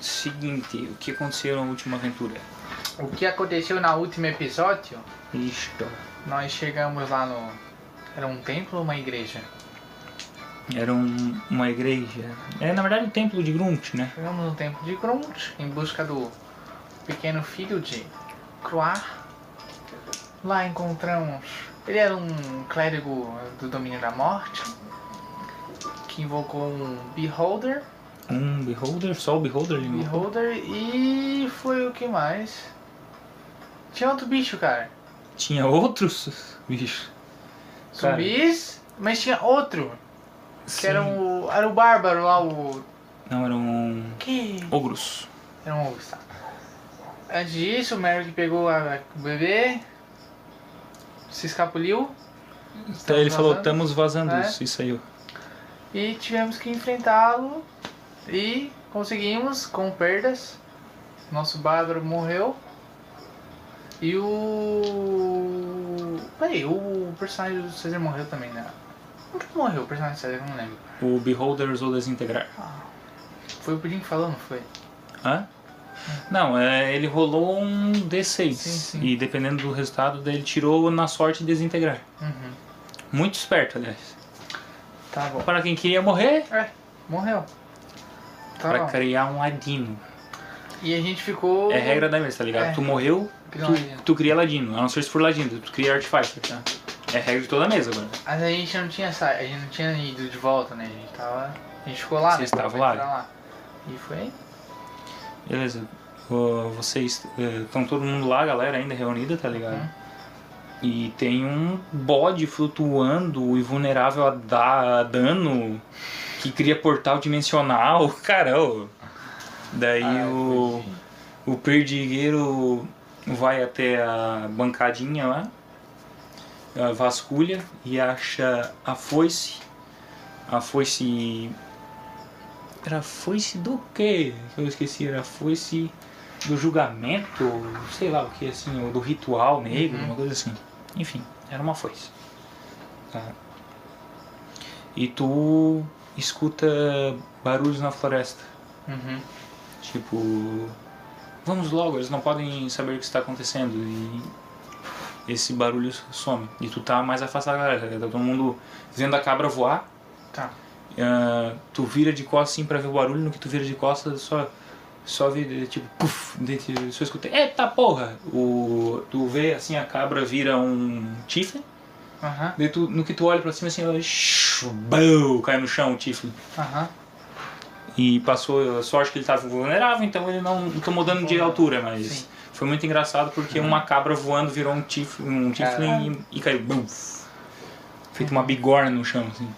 seguinte, o que aconteceu na última aventura? O que aconteceu no último episódio? Isto. Nós chegamos lá no. Era um templo ou uma igreja? Era um- uma igreja. É na verdade o templo de Grunt, né? Chegamos no templo de Grunt em busca do pequeno filho de Croar. Lá encontramos. Ele era um clérigo do domínio da morte que invocou um Beholder. Um beholder, só o beholder ali. no- Beholder e foi o que mais? Tinha outro bicho, cara. Tinha outros bichos. Cara. Zumbis, mas tinha outro. Que era um- Sim. o. Era o Bárbaro lá, o. Não, eram Que? ogros. Era um urso. tá. Antes disso, o Merrick pegou a, o bebê, se escapuliu Então ele falou, vazando? estamos vazando É. isso, isso aí. ó. e tivemos que enfrentá-lo. E conseguimos, com perdas. Nosso bárbaro morreu. E o. Peraí, o personagem do César morreu também, né? Como que morreu o personagem do César? Eu não lembro. O beholder usou desintegrar. Foi o Pudim que falou, não foi? Hã? Não, é, ele rolou um D6. Sim, sim. E dependendo do resultado, dele tirou na sorte desintegrar. Uhum. Muito esperto, aliás. Tá bom. Para quem queria morrer, É, morreu. Tá para bom. criar um ladino. E a gente ficou. É regra da mesa, tá ligado? É. Tu morreu, Cria um ladino. tu, tu cria ladino. A não ser se for ladino, tu cria artificer, tá? É regra de toda a mesa agora. Mas a gente não tinha sa... a gente não tinha ido de volta, né? A gente tava. A gente ficou lá, Vocês né? estavam Pra lá. entrar E foi. Beleza. Ô, Vocês estão todo mundo lá, a galera ainda reunida, tá ligado? Uhum. E tem um bode flutuando e vulnerável a, dar, a dano que cria portal dimensional. Cara, ô. Daí Ai, o, coitadinho. o perdigueiro vai até a bancadinha lá, a vasculha e acha a foice. A foice. Era a foice do quê? Eu esqueci, era a foice do julgamento, sei lá o que assim, ou do ritual negro, Uhum. uma coisa assim. Enfim, era uma foice. Tá. E tu escuta barulhos na floresta. Uhum. Tipo, vamos logo, eles não podem saber o que está acontecendo. E esse barulho some. E tu tá mais afastado da galera, tá ligado? Tá todo mundo vendo a cabra voar. Tá. Ah, tu vira de costas assim pra ver o barulho, no que tu vira de costas só, só vê, tipo, puf, dentro, só escuta, eita porra! O, tu vê assim a cabra vira um tiflin, Aham. daí tu, no que tu olha pra cima assim, ela shh, bau, cai no chão o tiflin. Aham. E passou, a sorte que ele estava vulnerável, então ele não tomou dano de altura, mas Sim. foi muito engraçado porque uma cabra voando virou um tif, um tiflin e, e caiu. Bum! Feito uma bigorna no chão, assim.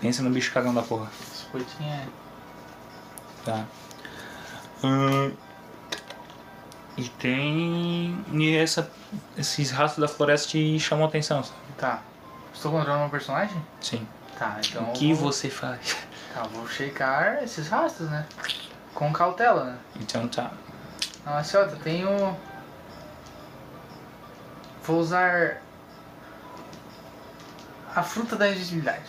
Pensa no bicho cagão da porra. Esse coitinho é. Tá. Ahn, e tem. E essa, esses rastros da floresta te chamam a atenção, sabe? Tá. Estou controlando meu personagem? Sim. Tá, então. o que eu vou... você faz? Tá, eu vou checar esses rastros, né? Com cautela, né? Então tá. Nossa, eu tenho. Vou usar. A fruta da invisibilidade.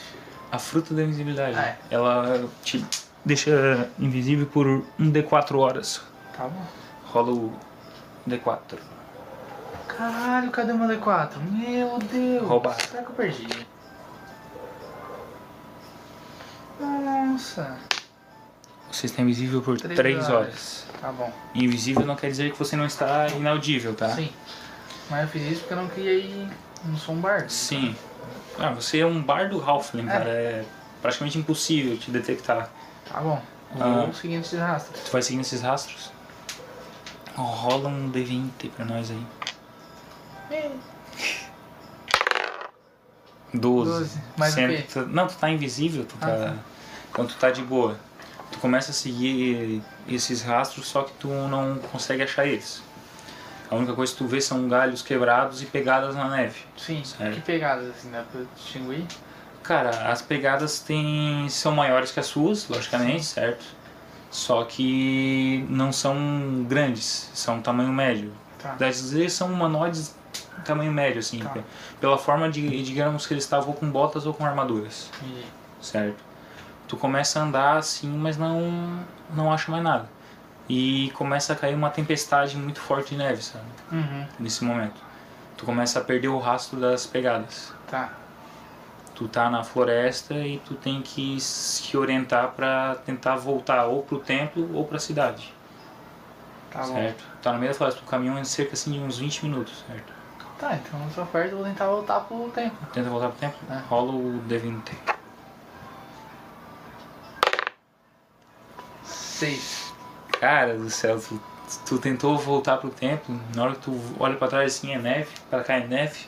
A fruta da invisibilidade. Ah, é. Ela te deixa invisível por um D4 horas. Tá bom. Rola o D4. Caralho, cadê o meu D4? Meu Deus! Roubado. Será que eu perdi? Nossa! Você está invisível por Três 3 horas. horas. Tá bom. Invisível não quer dizer que você não está inaudível, tá? Sim. Mas eu fiz isso porque eu não queria ir. Não sou um bardo. Sim. Ah, você é um bardo Halfling, cara. É praticamente impossível te detectar. Tá bom. Ah. Vou seguindo esses rastros. Tu vai seguindo esses rastros? Rola um D20 pra nós aí. Ih, 12. Doze. Mas o quê? tu- Não, tu tá invisível, tu tá. Ah, Quando tu tá de boa. Tu começa a seguir esses rastros, só que tu não consegue achar eles. A única coisa que tu vê são galhos quebrados e pegadas na neve. Sim. Sério? Que pegadas assim, dá pra eu distinguir? Cara, as pegadas têm, são maiores que as suas, logicamente, certo? Só que não são grandes, são tamanho médio. Tá. Das vezes são humanoides tamanho médio, assim, Tá. pe- pela forma de, digamos que eles estavam com botas ou com armaduras. Entendi. Certo. Tu começa a andar assim, mas não, não acha mais nada. E começa a cair uma tempestade muito forte de neve, sabe? Uhum. Nesse momento. Tu começa a perder o rastro das pegadas. Tá. Tu tá na floresta e tu tem que se orientar pra tentar voltar ou pro templo ou pra cidade. Tá bom. certo? Tá no meio da floresta, o caminhão é cerca assim, de uns 20 minutos, certo? Tá, então eu tô perto, eu vou tentar voltar pro tempo. Tenta voltar pro tempo? É. Rola o D20. 6. Cara do céu, tu, tu tentou voltar pro templo, na hora que tu olha pra trás assim é neve, pra cá é neve,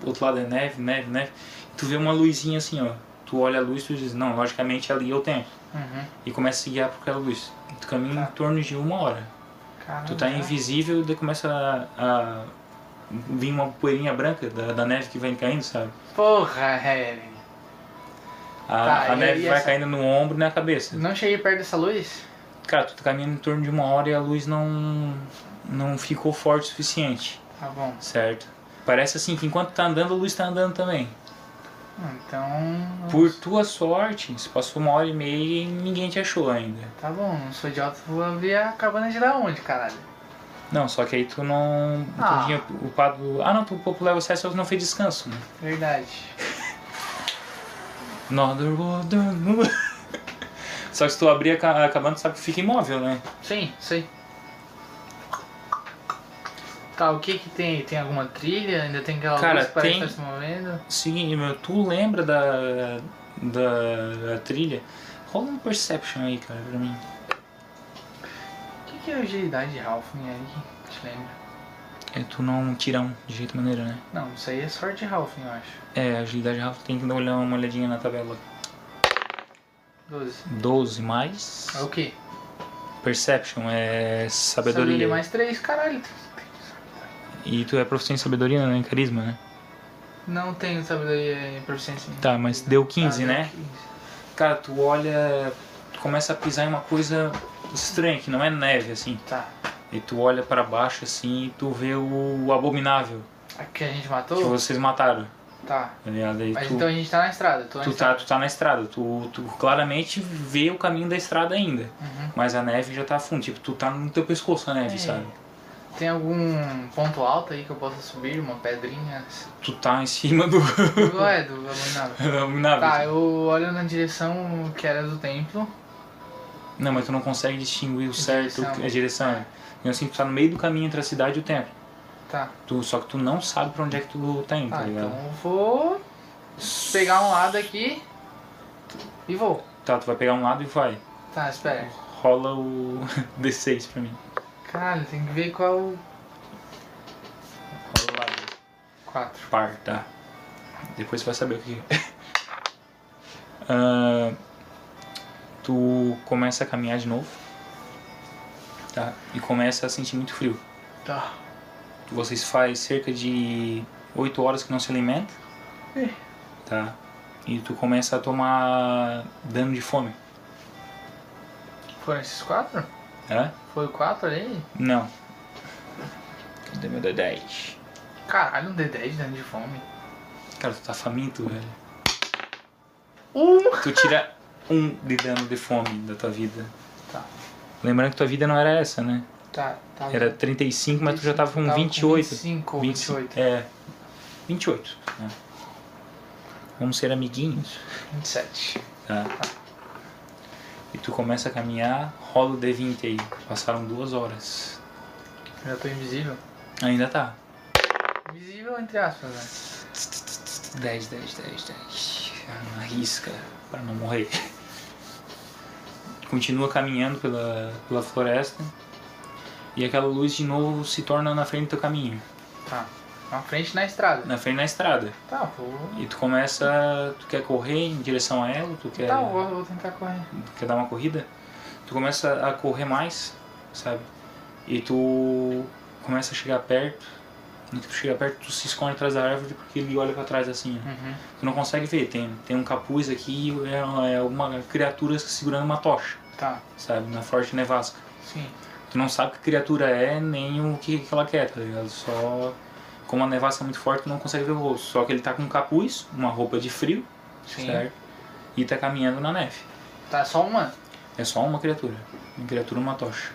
do outro lado é neve, neve, neve. Tu vê uma luzinha assim, ó. Tu olha a luz e tu diz, não, logicamente ali eu tenho. Uhum. E começa a se guiar por aquela luz. Tu caminha Tá. Ah, em torno de uma hora. Caramba. Tu tá invisível e daí começa a, a vir uma poeirinha branca da, da neve que vem caindo, sabe? Porra, Harry. A, Tá, a e neve aí vai essa- caindo no ombro e na cabeça. Não cheguei perto dessa luz? Cara, tu tá caminhando em torno de uma hora e a luz não, não ficou forte o suficiente, Tá bom. certo? Parece assim que enquanto tá andando, a luz tá andando também. Hum, Então. Por tua sorte, se passou uma hora e meia e ninguém te achou ainda. Tá bom, não sou idiota, vou ver a cabana de lá onde, caralho. Não, só que aí tu não. Ah. Tu tinha ocupado. Ah, não, tu pouco level 7 só tu não fez descanso, né? Verdade. Another water. só que se tu abrir a ca- a cabana, tu sabe que fica imóvel, né? Sim, sei. Tá, o que que tem? Tem alguma trilha? Ainda tem aquela Cara, luz que parece tem- que tá se movendo? Seguinte, meu, tu lembra da. da, da trilha? Rola um perception aí, cara, pra mim. O que que é a agilidade de Ralph aí? Te lembra? É, tu não tira um de jeito maneira, né? Não, isso aí é sorte de Ralph, eu acho. É, agilidade rápida tem que dar olhar uma olhadinha na tabela. 12. 12 mais. É o quê? Perception é sabedoria. Sabedoria mais 3, caralho. E tu é proficiente em sabedoria, né? Em carisma, né? Não tenho sabedoria em proficiência. Tá, mas deu 15, Ah, deu né? 15. Cara, tu olha. Tu começa a pisar em uma coisa estranha, que não é neve, assim. Tá. E tu olha pra baixo, assim, e tu vê o abominável Aqui a gente que matou? vocês mataram. Tá. Tá ligado? Aí Oh. Mas tu, então a gente tá na estrada. eu Tô na tu, tá, estrada. tu tá na estrada. Tu, tu claramente vê o caminho da estrada ainda. Uhum. Mas a neve já tá fundo, tipo, tu tá no teu pescoço a neve, É. sabe? Tem algum ponto alto aí que eu possa subir? Uma pedrinha? Tu tá em cima do Ué, do abominável. na Tá, eu olho na direção que era do templo. Não, mas tu não consegue distinguir o certo, Direção. né? a direção. Então assim, tu tá no meio do caminho entre a cidade e o templo. Tá. Tu, só que tu não sabe pra onde é que tu tá indo, tá Tá, ligado? então eu vou pegar um lado aqui e vou. Tá, tu vai pegar um lado e vai. Tá, espera. Rola o D6 pra mim. Caralho, tem que ver qual. Rola o lado. 4. Par, tá. Depois tu vai saber o que é. Ah, tu começa a caminhar de novo. Tá? E começa a sentir muito frio. Tá. Vocês faz cerca de 8 horas que não se alimenta. Ih. Tá. E tu começa a tomar dano de fome. Foram esses quatro? Hã? Foi o 4 ali? é? Não. Cadê meu D10? Caralho, um D10 dano de fome. Cara, tu tá faminto, velho. Um! Tu tira um de dano de fome da tua vida. Tá. Lembrando que tua vida não era essa, né? Tá, tá. Era 35, mas tu já tava com 28. 25, 28. É. 28. né? Vamos ser amiguinhos. 27. Tá. E tu começa a caminhar, rola o D20 aí. Passaram duas horas. Já tô invisível. Ainda tá. Invisível entre aspas, né? 10, 10, 10, 10. Ah, Arrisca pra não morrer. Continua caminhando pela, pela floresta. E aquela luz de novo se torna na frente do teu caminho. Tá. Na frente na estrada. Na frente da estrada. Tá, vou. E tu começa. Tu quer correr em direção a ela? Tu quer, Tá, eu vou, vou tentar correr. quer dar uma corrida? Tu começa a correr mais, sabe? E tu começa a chegar perto. No que tu chega perto, tu se esconde atrás da árvore porque ele olha pra trás assim. ó. Uhum. Tu não consegue ver, tem, tem um capuz aqui e é, é uma criatura segurando uma tocha, Tá, sabe? Na forte nevasca. sim. Tu não sabe que criatura é, nem o que, que ela quer, tá ligado? Só. Como a nevasca é muito forte, tu não consegue ver o rosto. Só que ele tá com um capuz, uma roupa de frio, Sim. certo? E tá caminhando na neve. Tá só uma? É só uma criatura. Uma criatura, uma tocha.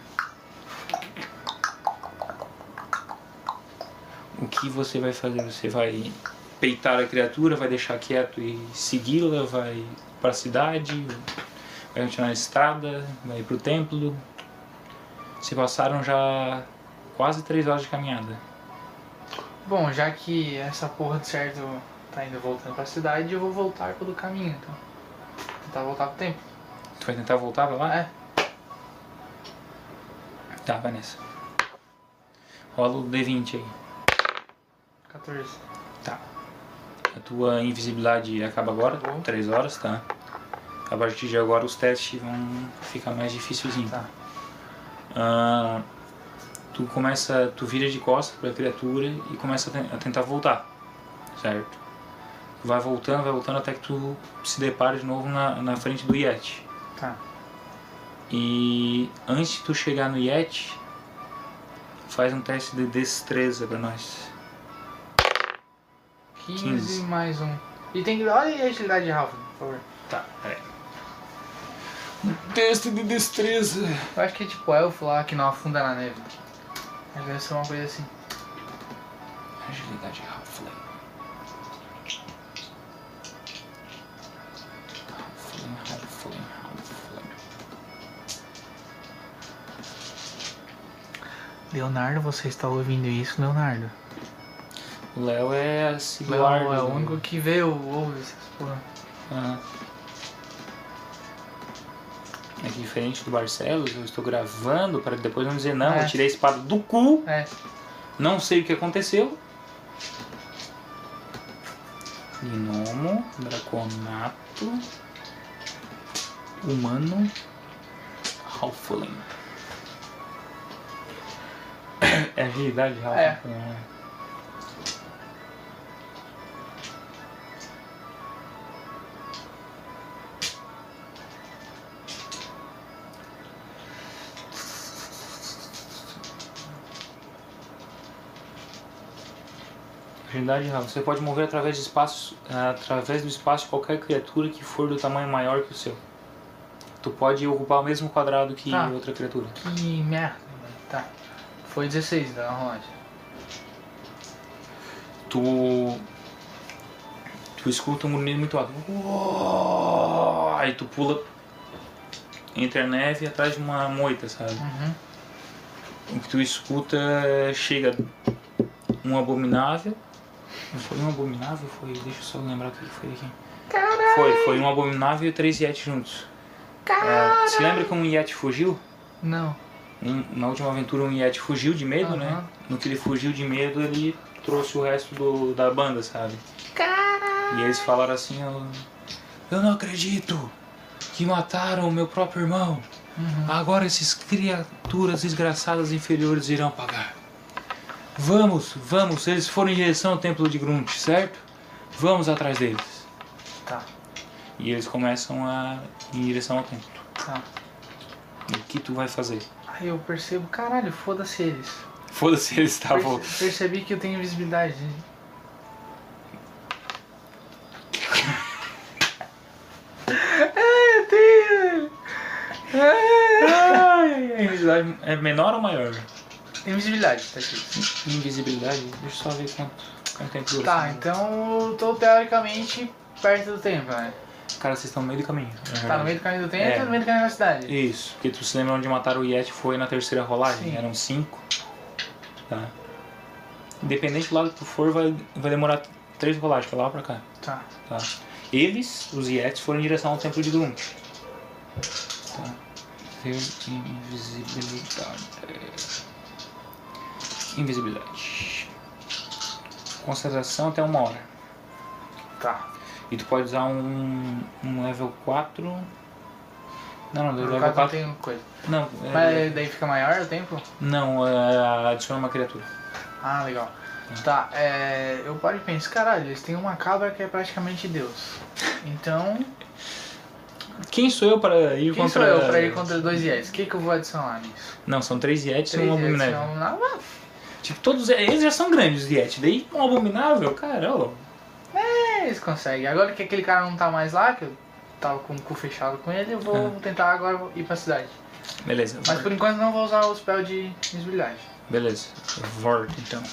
O que você vai fazer? Você vai peitar a criatura, vai deixar quieto e segui-la, vai para a cidade, vai continuar na estrada, vai pro templo. Se passaram já quase três horas de caminhada. Bom, já que essa porra de certo tá indo voltando pra cidade, eu vou voltar pelo caminho, então. Tentar voltar pro tempo. Tu vai tentar voltar pra lá? É. Tá, vai nessa. Rola o D20 aí. 14. Tá. A tua invisibilidade acaba agora, Acabou. três horas, tá? A partir de agora os testes vão ficar mais dificilzinho. Tá. Ah, tu começa, tu vira de costas pra criatura e começa a, ten- a tentar voltar, certo? Vai voltando, vai voltando até que tu se depara de novo na, na frente do Yeti. Tá. E antes de tu chegar no Yeti, faz um teste de destreza pra nós. 15, 15. mais um. E tem que. Olha a agilidade de Rafa, por favor. Tá, peraí. Teste de destreza. Eu acho que é tipo elfo lá que não afunda na neve. Mas deve ser uma coisa assim. Agilidade Halfling. Halfling, Halfling, Halfling. Leonardo, você está ouvindo isso, Leonardo? O Léo é Ah. a singular. Leonardo é o né? único que vê ou ouve essas porra. Aham. É que diferente do Barcelos, eu estou gravando para depois não dizer não, É. eu tirei a espada do cu, É, não sei o que aconteceu. Gnomo, Draconato, Humano, Halfling. É agilidade Halfling. né? Agilidade Halfling. Você pode mover através, de espaço, através do espaço qualquer criatura que for do tamanho maior que o seu. Tu pode ocupar o mesmo quadrado que Tá. outra criatura. que merda. velho. Tá. Foi 16 da rolagem. tu tu escuta um grunhido muito alto Uou! aí tu pula entre a neve atrás de uma moita sabe Uhum. o que tu escuta é, chega um abominável não foi um abominável foi deixa eu só lembrar o que foi aqui foi foi um abominável e três yetis juntos É, se lembra como um yeti fugiu Não. Um- na última aventura um Yeti fugiu de medo, né? Aham. No que ele fugiu de medo, ele trouxe o resto do- da banda, sabe? E eles falaram assim, eu, eu não acredito que mataram o meu próprio irmão. Uhum. Agora essas criaturas desgraçadas inferiores irão pagar. Vamos, vamos, eles foram em direção ao templo de Grunt, certo? Vamos atrás deles. Tá. E eles começam a ir em direção ao templo. Tá. E o que tu vai fazer? Aí eu percebo, caralho, foda-se eles. Tá Foda-se, eles Perce- estavam. Percebi que eu tenho invisibilidade. é, eu tenho. Ah, invisibilidade é menor ou maior? Invisibilidade, tá aqui. Invisibilidade? Deixa eu só ver quanto, quanto tempo dura. assim. Tá, então eu tô teoricamente perto do tempo, né? Cara, vocês estão no meio do caminho. na Tá verdade. no meio do caminho do tempo É. e no meio do caminho da cidade. Isso, porque tu se lembra onde mataram o Yeti foi na terceira rolagem, Sim. eram cinco. Tá. Independente do lado que tu for, vai, vai demorar três rolagens pra lá ou pra cá. Tá. Tá. Eles, os Yetis, foram em direção ao templo de Grunt. Tá. Ter invisibilidade. Invisibilidade. Concentração até uma hora. Tá. E tu pode usar um, um level 4. Não, não, No level caso não 4. um tem coisa. Não, é, Mas daí fica maior o tempo? não é, adiciona uma criatura. Ah, legal. Tá, é, eu paro e penso, caralho, eles têm uma cabra que é praticamente Deus. Então, Quem sou eu para ir quem contra. sou eu pra ir contra dois Yetis? O que, que eu vou adicionar nisso? Não, são três Yetis e Três um Yetis, abominável. não, não, não. Tipo, todos eles já são grandes, os Yeti. Daí um abominável, cara, ó. É, eles conseguem. Agora que aquele cara não tá mais lá, que eu tava com o cu fechado com ele, eu vou tentar agora ir pra cidade. Beleza. Mas por enquanto não vou usar o spell de invisibilidade. Beleza. Vort, então.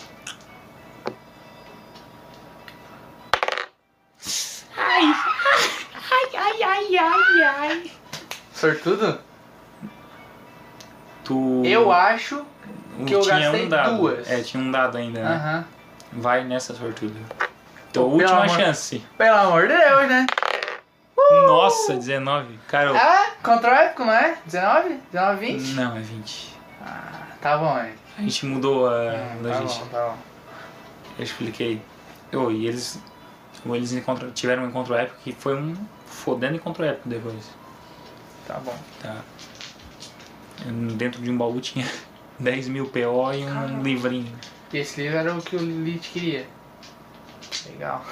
Sortudo? Tu. Eu acho. que eu gastei dado. duas. É, tinha um dado ainda, né? Aham. Vai nessa sortuda. Tua Pelo última amor- Uh! chance. Pelo amor de Deus, né? Nossa, 19. Cara, eu- Ah, control épico, não é? 19? 19, 20? não, é 20. Ah, tá bom, é. A gente mudou a Hum, tá logística. bom, tá bom. Eu expliquei. Eu, e eles. Eles encontram- tiveram um encontro épico que foi um fodendo encontro épico depois. Tá bom. Tá. Dentro de um baú tinha 10 mil PO e um Caramba. livrinho. E esse livro era o que o Lich queria. Legal.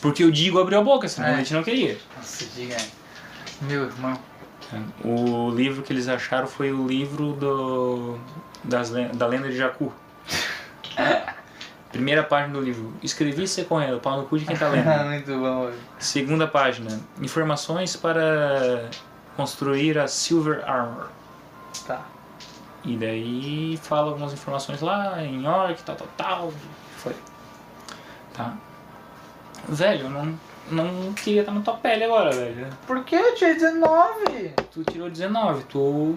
Porque o Digo abriu a boca, senão É. a gente não queria. Nossa, diga aí. Meu irmão. O livro que eles acharam foi o livro do, das, len- da lenda de Jacu. Primeira página do livro. Escrevi ser correndo, pau no cu de quem tá lendo. Muito bom. velho. Segunda página. Informações para construir a Silver Armor. Tá. E daí fala algumas informações lá em York, tal, tal, tal. Foi. Tá. Velho, eu não, não queria estar na tua pele agora, velho. Por que eu tirei 19? Tu tirou 19, tu.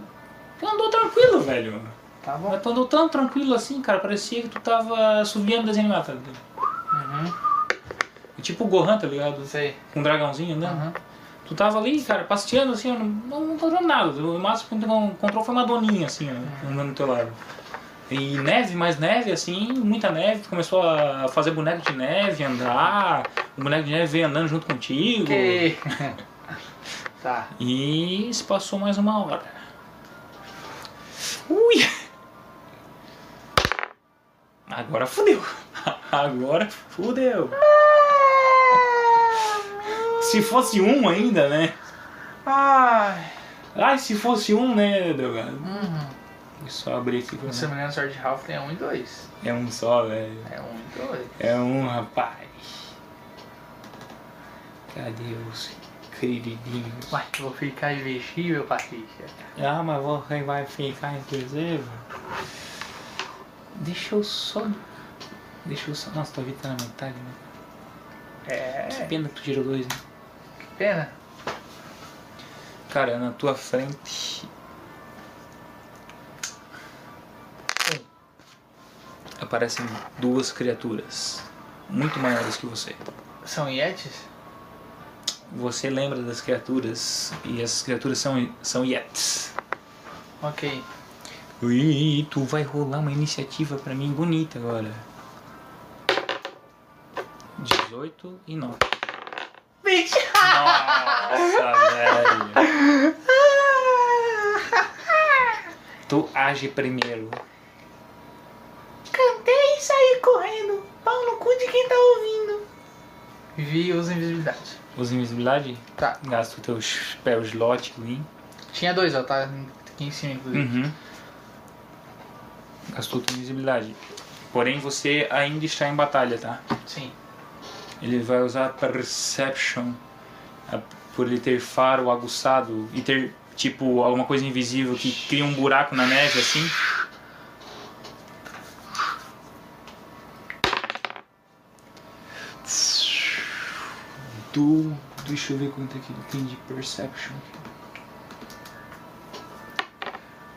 Tu andou tranquilo, velho. Tá bom. Mas tu andou tão tranquilo assim, cara, parecia que tu tava subindo desenho animado, tá ligado? Uhum. Tipo o Gohan, tá ligado? Não sei. Com um dragãozinho, né? Uhum. Tu tava ali, cara, passeando assim, eu não, não, não tô vendo nada. O máximo que tu encontrou foi uma doninha, assim, ó, andando do teu lado. E neve, mais neve, assim, muita neve. Tu começou a fazer boneco de neve, andar. O boneco de neve veio andando junto contigo. Ok. tá. E se passou mais uma hora. Ui! Agora fudeu. Agora fudeu. Se fosse um ainda, né? Ai. Ai, se fosse um, né, drogado? Uhum. Deixa eu só abrir aqui pra O você. semelhante Sword Ralph tem 1 e 2. É um só, velho. É 1 e 2. É um, rapaz. Cadê os queridinhos? Uai, vou ficar invisível, Patrícia. Ah, mas você vai ficar em preserva? Deixa eu só. Deixa eu só. Nossa, tua vida tá na metade, né? Que É. pena que tu tirou dois, né? Que pena. Cara, na tua frente. Aparecem duas criaturas. Muito maiores que você. São Yetis? Você lembra das criaturas. E essas criaturas são, são Yetis. Ok. Ui, tu vai rolar uma iniciativa pra mim bonita agora. 18 e 9. Bitch! Nossa, velho. Ah! Tu age primeiro. Cantei e saí correndo. Pau no cu de quem tá ouvindo. Vi usa invisibilidade. Usa invisibilidade? Tá. Gasta o teu spell slot green. Tinha dois, ó. Tá aqui em cima, inclusive. Uhum. Gastou tua invisibilidade. Porém, você ainda está em batalha, tá? Sim. Ele vai usar Perception. a- Por ele ter faro aguçado e ter, tipo, alguma coisa invisível que cria um buraco na neve, assim. Do... Deixa eu ver quanto é que ele tem de Perception.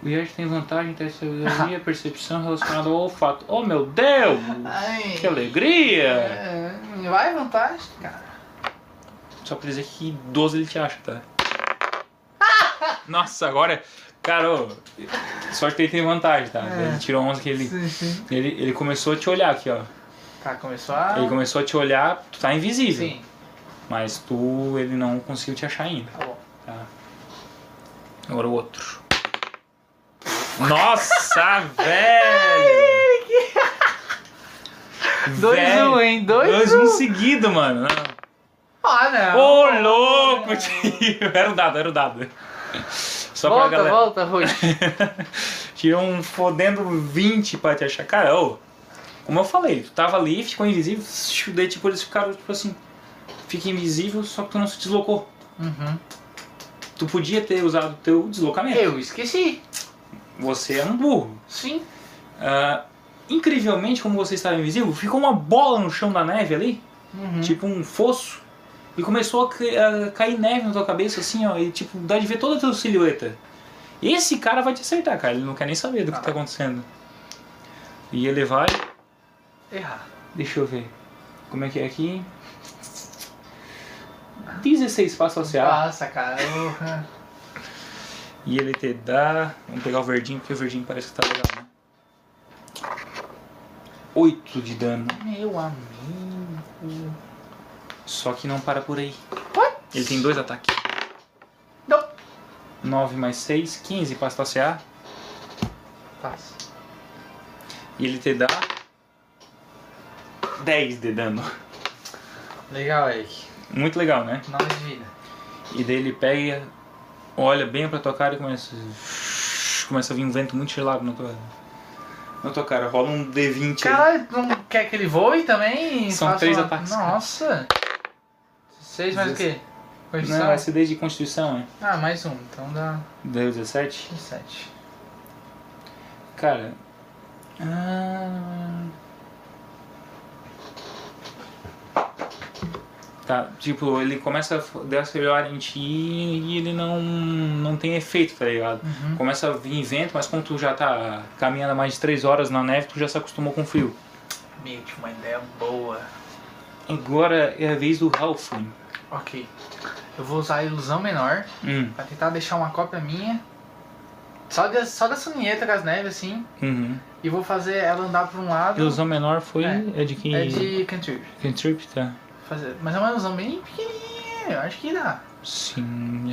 O Yash tem vantagem, teste de sabedoria, percepção relacionada ao olfato. Oh, meu Deus! Ai. Que alegria! É, vai vantagem, cara. Só pra dizer que 12 ele te acha, tá? Nossa, agora. Cara, ô, só que ele tem vantagem, tá? É. Ele tirou 11 que ele, Sim, sim. ele. Ele começou a te olhar aqui, ó. Tá, começou a. Ele começou a te olhar, tu tá invisível. Sim, Mas tu. Ele não conseguiu te achar ainda, tá bom. tá? Agora o outro. Nossa, É velho! Velho, 2-1, hein? 2-1. 2-1 seguido, mano. Não. Ah, não. Ô, louco, tio! Era o dado, era o dado. Só pra volta, galera. volta, Rui. Tirou um fodendo 20 pra te achar. Cara, ô, como eu falei, tu tava ali, ficou invisível, daí tipo, eles ficaram tipo assim, fica invisível, só que tu não se deslocou. Uhum. Tu podia ter usado teu deslocamento. Eu esqueci. Você é um burro. Sim. Ah, incrivelmente, como você estava invisível, ficou uma bola no chão da neve ali, Uhum. tipo um fosso, e começou a, ca- a cair neve na tua cabeça, assim, ó, e tipo, dá de ver toda a tua silhueta. Esse cara vai te acertar, cara, ele não quer nem saber do que Ah. tá acontecendo. E ele vai, Tipo, Errar. deixa eu ver, como é que é aqui? 16 passos ao Ceará. Passa, cara. Eu- E ele te dá. Vamos pegar o verdinho, porque o verdinho parece que tá legal, né? 8 de dano. Meu amigo. Só que não para por aí. What? Ele tem dois ataques. Não. 9 mais 6, 15 para estaciar. Passa. E ele te dá. 10 de dano. Legal, Eric. Muito legal, né? Nove de vida. E daí ele pega, olha bem pra tua cara e começa. Começa a vir um vento muito gelado na tua. Na tua cara. Rola um D20 aí. Cara, não quer que ele voe também? São Faça três uma- ataques, cara. Nossa. Seis mais o quê? Constituição? Não, é esse D de Constituição, é. Ah, mais um. Então dá Deu 17. 17. Cara. ah, Tá, tipo, ele começa a f- dar esse olhar em ti e ele não, não tem efeito, tá ligado? Uhum. Começa a vir vento, mas quando tu já tá caminhando há mais de 3 horas na neve, tu já se acostumou com o frio. Meu, tinha uma ideia boa. Agora é a vez do Halfling. Ok. Eu vou usar a ilusão menor Hum, pra tentar deixar uma cópia minha. Só, de, só dessa vinheta com as neves, assim. uhum. E vou fazer ela andar pra um lado. Ilusão menor foi. É. É, de quem? É de cantrip. Cantrip, tá? Fazer. Mas é uma ilusão bem pequenininha. Eu acho que dá. Sim,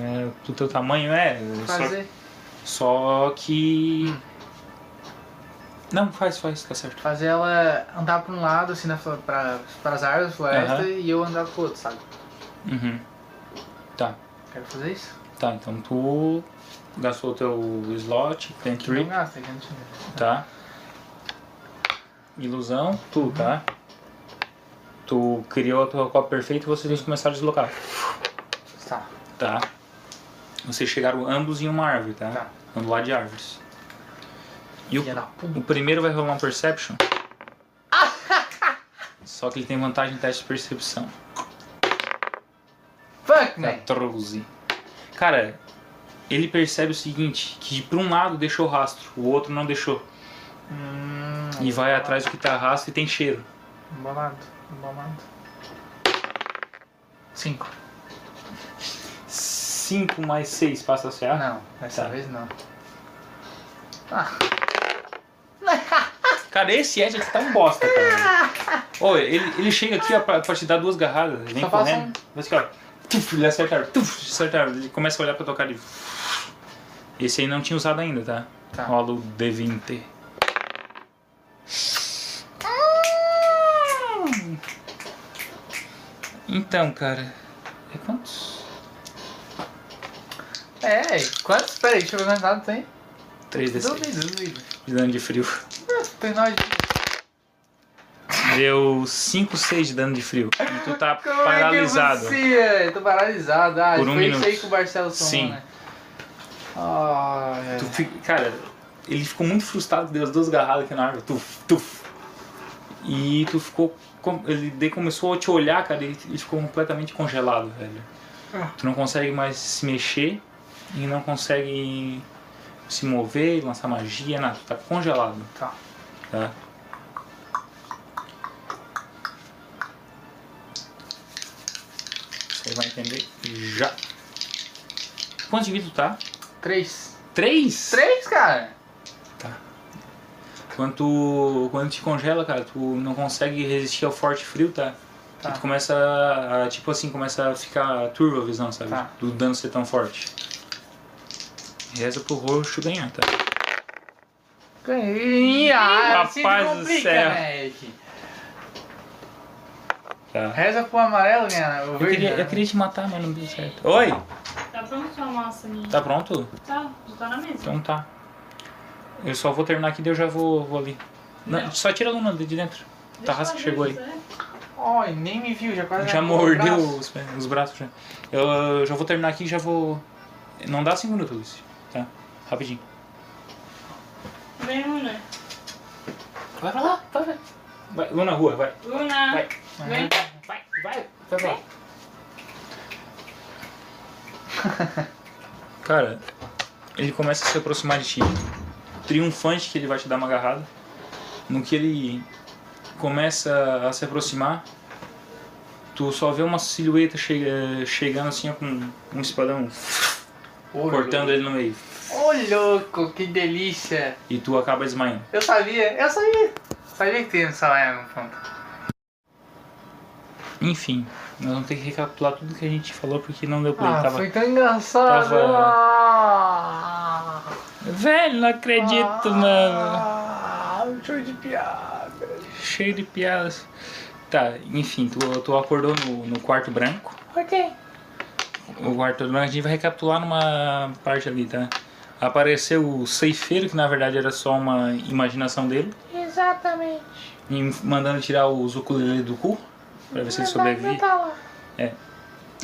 é, é, do teu tamanho é. só- Fazer, Só que. Hum. Não, faz, faz, tá certo. fazer ela andar pra um lado, assim, na, flo- pra, pras árvores, floresta. Aham. E eu andar pro outro, sabe? Uhum. Tá, Quero fazer isso? tá, então tu gastou o teu slot, tem Não trip, gasta, que eu não tinha. tá? Ilusão, tu, tá? Tu criou a tua copa perfeita e vocês começaram a deslocar, Tá. tá? Vocês chegaram ambos em uma árvore, tá? Tá. Estão Do lado de árvores. E o, Filha da puta. o primeiro vai rolar um perception. Só que ele tem vantagem no teste de percepção. Fuck, Tá, man. 14. Cara, ele percebe o seguinte, que por um lado deixou rastro, o outro não deixou. Tá. Hum, E vai atrás do que tá rastro e tem cheiro. Embolado, embolado. Cinco. 5 mais 6 passa a CA. Não, dessa Tá. vez não. Cara, esse Ed aqui tá um bosta, cara. Ô, ele, ele chega aqui ó, pra, pra te dar duas garradas, ele vem Só passa um. correndo. Mas cara, tuf, ele acertaram, tuf, acertaram. Ele começa a olhar pra tua cara e. Esse aí não tinha usado ainda, tá? Tá. Rola o D20. Então, cara. É quantos? É, e quantos? Peraí, deixa eu ver quantos dados tem. 3 d Duvido, duvido. de dano de frio. Ah, Tem nós. Deu 5, 6 de dano de frio. E tu tá Como paralisado. é que você? Tô paralisado. Ah, Por um foi minuto. isso aí que o Barcelo tomou, Sim. né? Ah, é, Ai, Tu fica- cara, ele ficou muito frustrado, deu as duas garradas aqui na árvore, tuf, tuf. E tu ficou. com- Ele daí começou a te olhar, cara, e ele ficou completamente congelado, velho. Ah. Tu não consegue mais se mexer e não consegue se mover, lançar magia, nada. Tu tá congelado, Tá. tá? Você vai entender já. Quanto de vida tu tá? Três. Três? Três, cara? Quando, tu- quando te congela, cara, tu não consegue resistir ao forte frio, tá? Tá. E tu começa a, tipo assim, começa a ficar turva a visão, sabe? Tá. Do dano ser tão forte. Reza pro roxo ganhar, tá? Ganhei. Ah, Rapaz assim do complica, céu. né, Eric? Tá. Reza pro amarelo, minha. O Eu verde, queria, né? eu queria te matar, mas não deu certo. Oi! Tá pronto sua massa, minha? Tá pronto? Tá, já tá na mesa. Então tá. Eu só vou terminar aqui, daí eu já vou, vou ali. Não, Não. Só tira a luna de dentro. Deixa Tarrasca eu tá, chegou aí. fazer isso, é? Ó, e nem me viu, já quase Já arrancou o mordeu braço. os, os braços já. Eu, eu já vou terminar aqui e já vou. Não dá cinco minutos, Luiz. Tá? Rapidinho. né? Vem, Luna. Vai pra lá, vai, vai. Vai, vou na rua, vai. Luna. Vai. Vem. Vai, vai, vai pra lá. Cara, ele começa a se aproximar de ti. Triunfante que ele vai te dar uma agarrada. No que ele começa a se aproximar, tu só vê uma silhueta che- chegando assim ó, com um espadão Ô, cortando ele no meio. Ô louco, que delícia! E tu acaba desmaiando. Eu sabia, eu sabia! Sabia que tinha um salário no ponto. Enfim, nós vamos ter que recapitular tudo que a gente falou porque não deu pra ele. Ah, Tava... foi tão engraçado! tava- Ah. Velho, não acredito, mano. Ah, um show de piada! Cheio de piadas. Tá, enfim, tu, tu acordou no, no quarto branco. Ok. O quarto branco a gente vai recapitular numa parte ali, tá? Apareceu o ceifeiro, que na verdade era só uma imaginação dele, Exatamente. e mandando tirar os ukuleles do cu, pra ver se ele sobrevive. É. tá lá.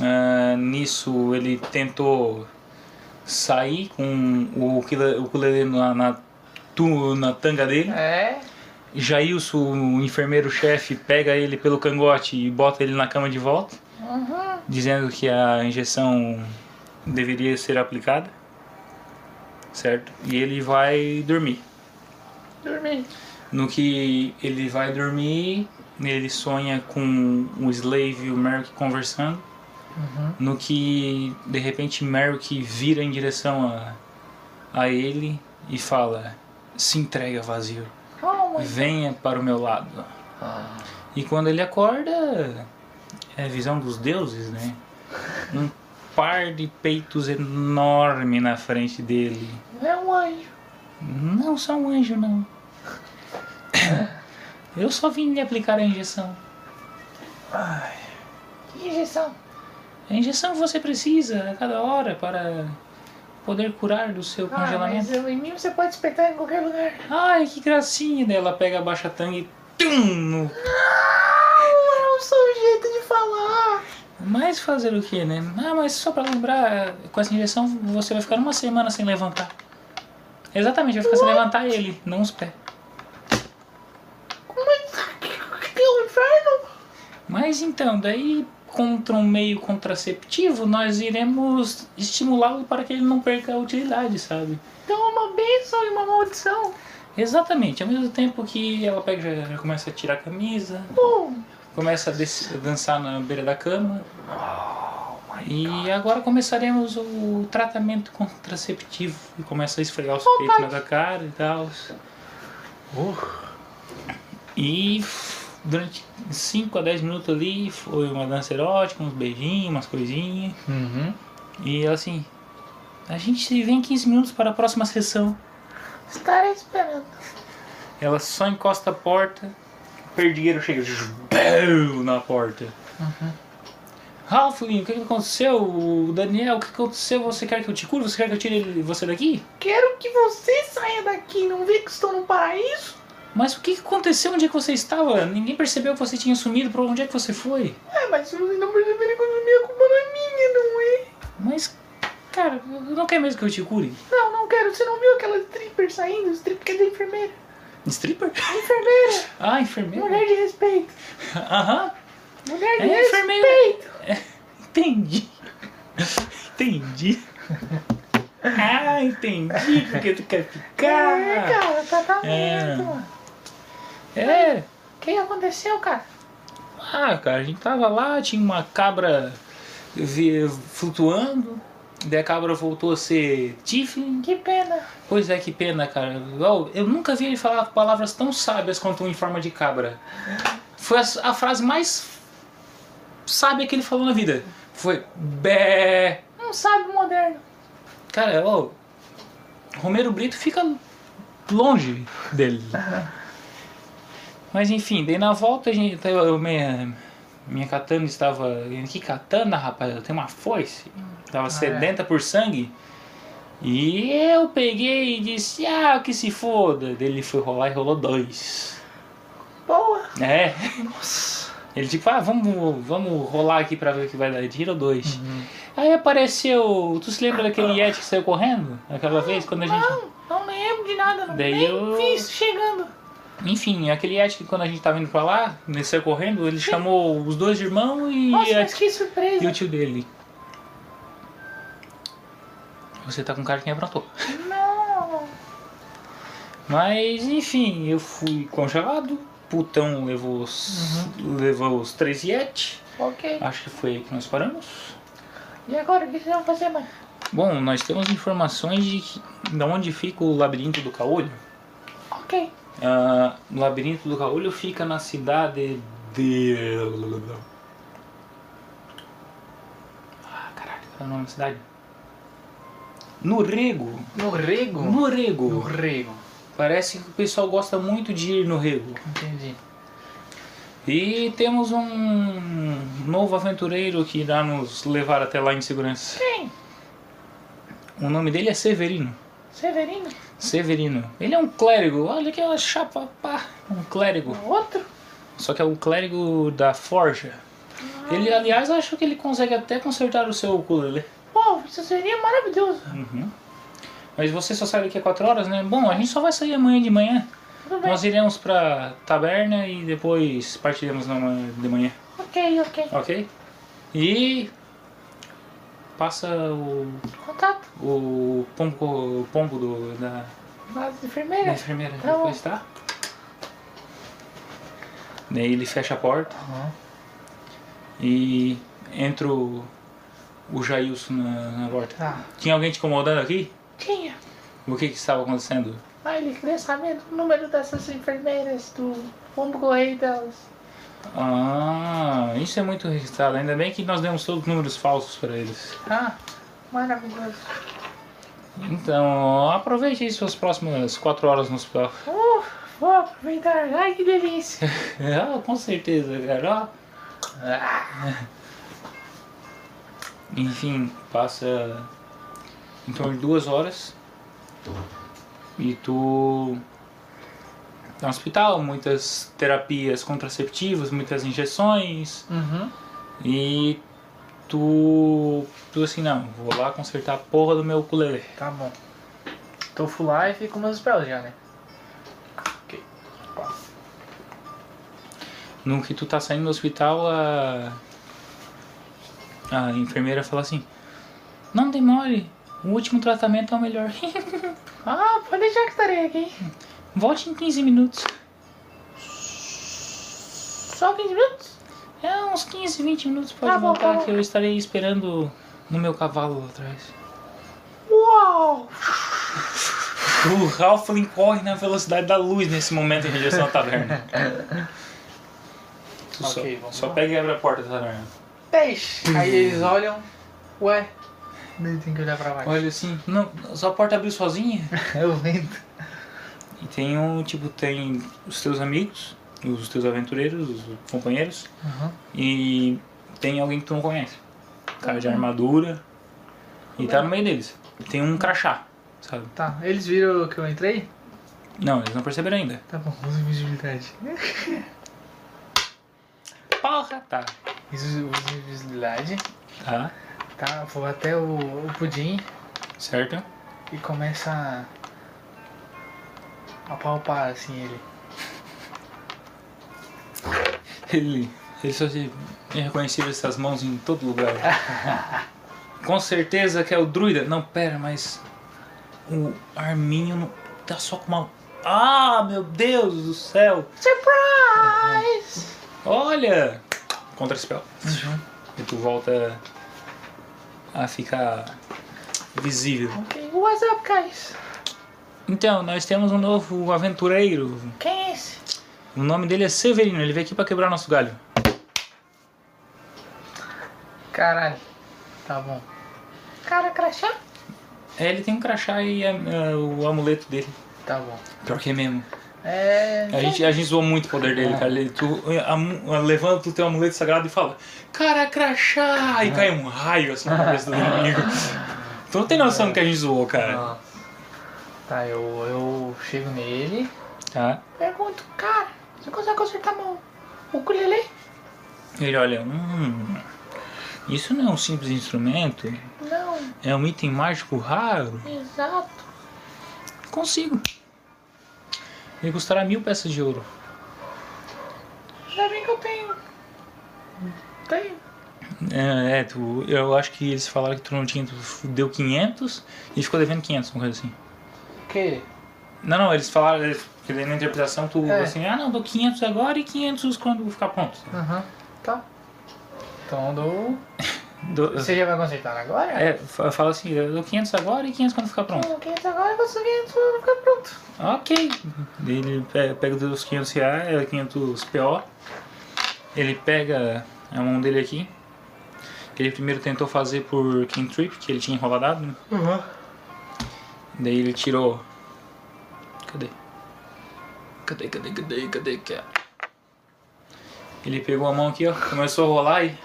Ah, nisso ele tentou sair com o ukule- ukulele na, na, tu- na tanga dele. É? Jailson, o enfermeiro-chefe, pega ele pelo cangote e bota ele na cama de volta, Uhum. dizendo que a injeção deveria ser aplicada, certo? E ele vai dormir. Dormi. No que ele vai dormir, ele sonha com o Slave e o Merrick conversando. Uhum. No que de repente Merrick vira em direção a, a ele e fala: Se entrega vazio, Calma. venha para o meu lado. Ah. E quando ele acorda, é a visão dos deuses, né? Um par de peitos enorme na frente dele. É um anjo. Não são anjo, não. Eu só vim lhe aplicar a injeção. Que injeção. A injeção você precisa a cada hora para poder curar do seu Ah, mas congelamento. eu- em mim você pode espetar em qualquer lugar. Ai, que gracinha! Daí Ela pega a baixa tanga e tum! no- Não, não sou Ah, é o jeito de falar. Mas fazer o que, né? Ah, mas só pra lembrar, com essa injeção você vai ficar uma semana sem levantar. Exatamente, vai ficar sem levantar ele, não os pés. Como é que que é o inferno? Mas então, daí contra um meio contraceptivo, nós iremos estimulá-lo para que ele não perca a utilidade, sabe? Então é uma bênção e uma maldição. Exatamente, ao mesmo tempo que ela pega já, já começa a tirar a camisa, Bom, começa a des- dançar na beira da cama. E agora começaremos o tratamento contraceptivo. E começa a esfregar os peitos na tua cara e tal. Uh, E f- durante 5 a 10 minutos ali foi uma dança erótica, uns beijinhos, umas coisinhas. Uhum. E ela assim, a gente se vê em 15 minutos para a próxima sessão. Estarei esperando. Ela só encosta a porta, o perdigueiro chega BAU! na porta. Ralphling, o que que aconteceu? O Daniel, o que aconteceu? Você quer que eu te cure? Você quer que eu tire ele- você daqui? Quero que você saia daqui. Não vê que estou no paraíso? Mas o que que aconteceu? Onde é que você estava? Ninguém percebeu que você tinha sumido. Pra onde é que você foi? É, mas se vocês não perceberem que eu dormi, a culpa não é minha, não é? Mas, cara, não quer mesmo que eu te cure? Não, não quero. Você não viu aquela stripper saindo? Stripper que é de enfermeira. Stripper? Enfermeira. Ah, enfermeira? Mulher de respeito. Aham, Mulher de É enfermeira. respeito. É, entendi. Entendi. Ah, entendi porque tu quer ficar. É, cara, tratamento. É. mano. É. O que aconteceu, cara? Ah, cara, a gente tava lá, tinha uma cabra vi- flutuando, daí a cabra voltou a ser Tiffin. Que pena. Pois é, que pena, cara. Ó, Eu nunca vi ele falar palavras tão sábias quanto um em forma de cabra. Foi a, s- a frase mais sábia que ele falou na vida. Foi bé. Um sábio moderno. Cara, ó, Romero Brito fica longe dele. Mas enfim, daí na volta a gente. eu- eu- minha, minha katana estava. Que katana, rapaz? Eu tenho uma foice. Ah, é. Estava sedenta por sangue. E eu peguei e disse, ah, que se foda. Daí ele foi rolar e rolou dois. Boa. É. Nossa. Ele tipo, ah, vamos, vamos rolar aqui pra ver o que vai dar. Tira dois. Uhum. Aí apareceu. Tu se lembra daquele Yeti que saiu correndo? Aquela vez quando a gente. Não lembro de nada, não Daí nem eu- fiz chegando. Enfim, aquele Yeti que quando a gente tava indo pra lá, ele saiu correndo, ele chamou os dois irmãos e, Nossa, a- mas que e o surpresa. tio dele. Você tá com cara de quem aprontou. Não. Mas enfim, eu fui congelado. Putão levou os, Uhum. levou os três Yeti. Ok. Acho que foi aí que nós paramos. E agora, o que vocês vão fazer, mãe? Bom, nós temos informações de, que- de onde fica o labirinto do caolho. Ok. Ah, o labirinto do caolho fica na cidade de. Ah, caralho, qual é o nome da cidade? Norrego. No rego? No Norrego. rego. Parece que o pessoal gosta muito de ir no rego. Entendi. E temos um novo aventureiro que irá nos levar até lá em segurança. Quem? O nome dele é Severino. Severino? Severino. Ele é um clérigo. Olha aquela chapa, pá. Um clérigo. Outro? Só que é um clérigo da Forja. Ele, aliás, eu acho que ele consegue até consertar o seu ukulele. Uau, isso seria é maravilhoso. Uhum. Mas você só sai daqui a 4 horas, né? Bom, a gente só vai sair amanhã de manhã. Tudo bem. Nós iremos pra taberna e depois partiremos na manhã- de manhã. Ok, ok. Ok? E passa o, Contato. o pombo, o pombo do, da, Mas da enfermeira. enfermeira Tá bom. depois, tá? Daí ele fecha a porta e entra o, o Jailson na, na porta. Tá. Tinha alguém te incomodando aqui? Tinha. O que que estava acontecendo? Ah, ele queria saber o número dessas enfermeiras do pombo correio delas. Ah, isso é muito registrado. Ainda bem que nós demos todos os números falsos para eles. Ah, maravilhoso. Então, aproveite aí suas próximas 4 horas no hospital. Uh, vou aproveitar. Ai, que delícia. Ah, com certeza, cara. Ah. Enfim, passa em torno de duas horas e tu tá no hospital, muitas terapias contraceptivas, muitas injeções Uhum. e tu tu assim não, vou lá consertar a porra do meu ukulele. Tá bom. Tô full life e com meus spells já, né? Ok. Pá. No que tu tá saindo do hospital, a, a enfermeira fala assim: Não demore, o último tratamento é o melhor. Ah, pode deixar que estarei aqui. Volte em 15 minutos. Só 15 minutos? É uns 15, 20 minutos, pode Tá bom, voltar tá bom. que eu estarei esperando no meu cavalo lá atrás. Uau! O Ralphlin corre na velocidade da luz nesse momento em direção à taverna. Tu só- Ok, só, vamos lá. pega e abre a porta da taverna. 10! Aí eles olham. Ué. Nem tem que olhar pra baixo. Olha assim, não, só a porta abriu sozinha. É o vento. E tem um, tipo, tem os teus amigos, os teus aventureiros, os companheiros, e tem alguém que tu não conhece. Um Cara de armadura. E tá no meio deles. Tem um crachá, sabe? Tá, eles viram que eu entrei? Não, eles não perceberam ainda. Tá bom, usa invisibilidade. Porra, tá. Usa usa invisibilidade. Tá, Tá, vou até o, o pudim certo? e começa a, a palpar assim ele. Ele, ele só se é reconhecível essas mãos em todo lugar. Com certeza que é o druida. Não, pera, mas o Arminho não tá só com uma. Ah, meu Deus do céu! Surprise! Olha! Contra spell. Uhum. E tu volta a ficar visível. Ok, what's up, guys? Então, nós temos um novo aventureiro. Quem é esse? O nome dele é Severino. Ele veio aqui pra quebrar nosso galho. Caralho. Tá bom. Cara, crachá? É, ele tem um crachá e ah, o amuleto dele. Tá bom. Pior que é mesmo. É. A gente, a gente zoou muito o poder dele, cara. Ele, tu am- levanta o teu amuleto sagrado e fala, cara, crachá! E cai um raio assim na cabeça do inimigo. Tu não tem noção do que a gente zoou, cara. Nossa. Tá, eu, eu chego nele. Tá? Pergunto, cara, você consegue consertar meu ukulele? Ele olha, hum, isso não é um simples instrumento, Não, é um item mágico raro. exato. Consigo. Ele custará mil peças de ouro. Ainda bem que eu tenho. Tenho. É, é, tu, eu acho que eles falaram que tu não tinha, tu deu 500 e ficou devendo 500, uma coisa assim. Que? Não, não, eles falaram, eles- porque daí na interpretação tu É. assim, ah não, dou 500 agora e 500 quando ficar pronto. Aham. Tá. Então dou. Do- Você já vai consertar agora? é, fa- fala assim, eu dou 500 agora e 500 quando ficar pronto. Não, 500 agora, faço 500 pra ficar pronto. Ok. Ele pe- pega os 500 reais, é 500 PO. Ele pega a mão dele aqui. Ele primeiro tentou fazer por Trip, que ele tinha enroladado. né? Daí ele tirou. Cadê? Cadê, cadê, cadê, cadê? que é? Ele pegou a mão aqui, ó, começou a rolar e.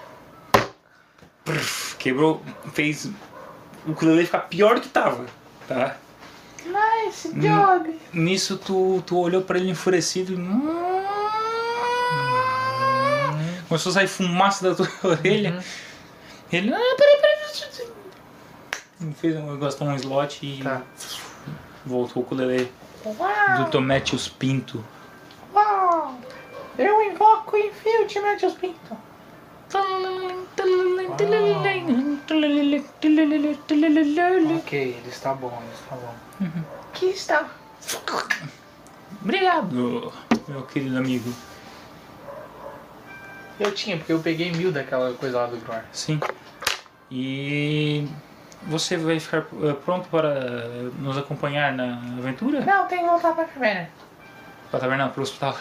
Prf, quebrou, fez o ukulele ficar pior que tava, tá? Nice job. job. Nisso tu, tu olhou pra ele enfurecido e. "Hum", Começou a sair fumaça da tua orelha. Ele. Ah, peraí, peraí. Fez um, gastou um slot e Tá. voltou com o Lele. Do Uau, Tomete os Pinto. uau. Eu invoco o Infinity Metal Pinto. Ok, ele está bom, ele está bom. Que está. Obrigado, meu querido amigo. Eu tinha, porque eu peguei mil daquela coisa lá do Gror. Sim. E você vai ficar eh, pronto para eh, nos acompanhar na aventura? Não, tem que voltar pra caverna. Pra taverna, pro hospital.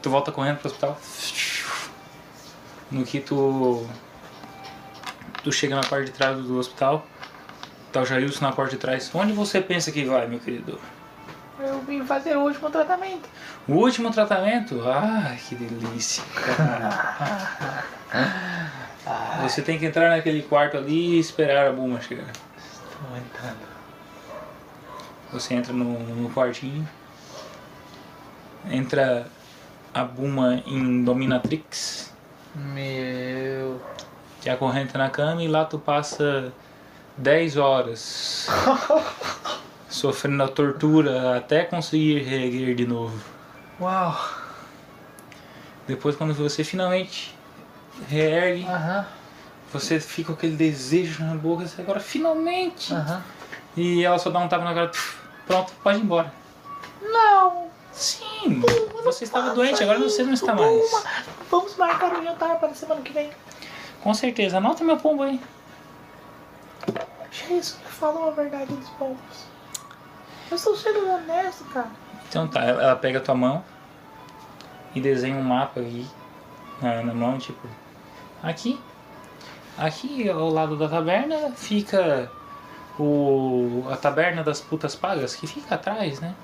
tu volta correndo pro hospital. No que tu. Tu chega na parte de trás do hospital. Tá o Jailson na parte de trás. Onde você pensa que vai, meu querido? Eu vim fazer o último tratamento. O último tratamento? Ai, que delícia. cara. Você tem que entrar naquele quarto ali e esperar a Buma chegar. Estou entrando. Você entra no, no quartinho. Entra a Buma em Dominatrix. Meu. Te acorrenta na cama e lá tu passa 10 horas sofrendo a tortura até conseguir reerguer de novo. Uau. Depois, quando você finalmente reergue, Aham, você fica com aquele desejo na boca, você agora finalmente! aham. E ela só dá um tapa na cara, "Puf, pronto, pode ir embora. Não! Sim, você estava doente, agora você não está mais. Vamos marcar um jantar para semana que vem. Com certeza, anota meu pombo aí. Jesus, falam a verdade dos povos. Eu estou sendo honesto, cara. Então tá, ela ela pega a tua mão e desenha um mapa aqui na, na mão, tipo, aqui, aqui ao lado da taberna fica o a taberna das putas pagas que fica atrás, né?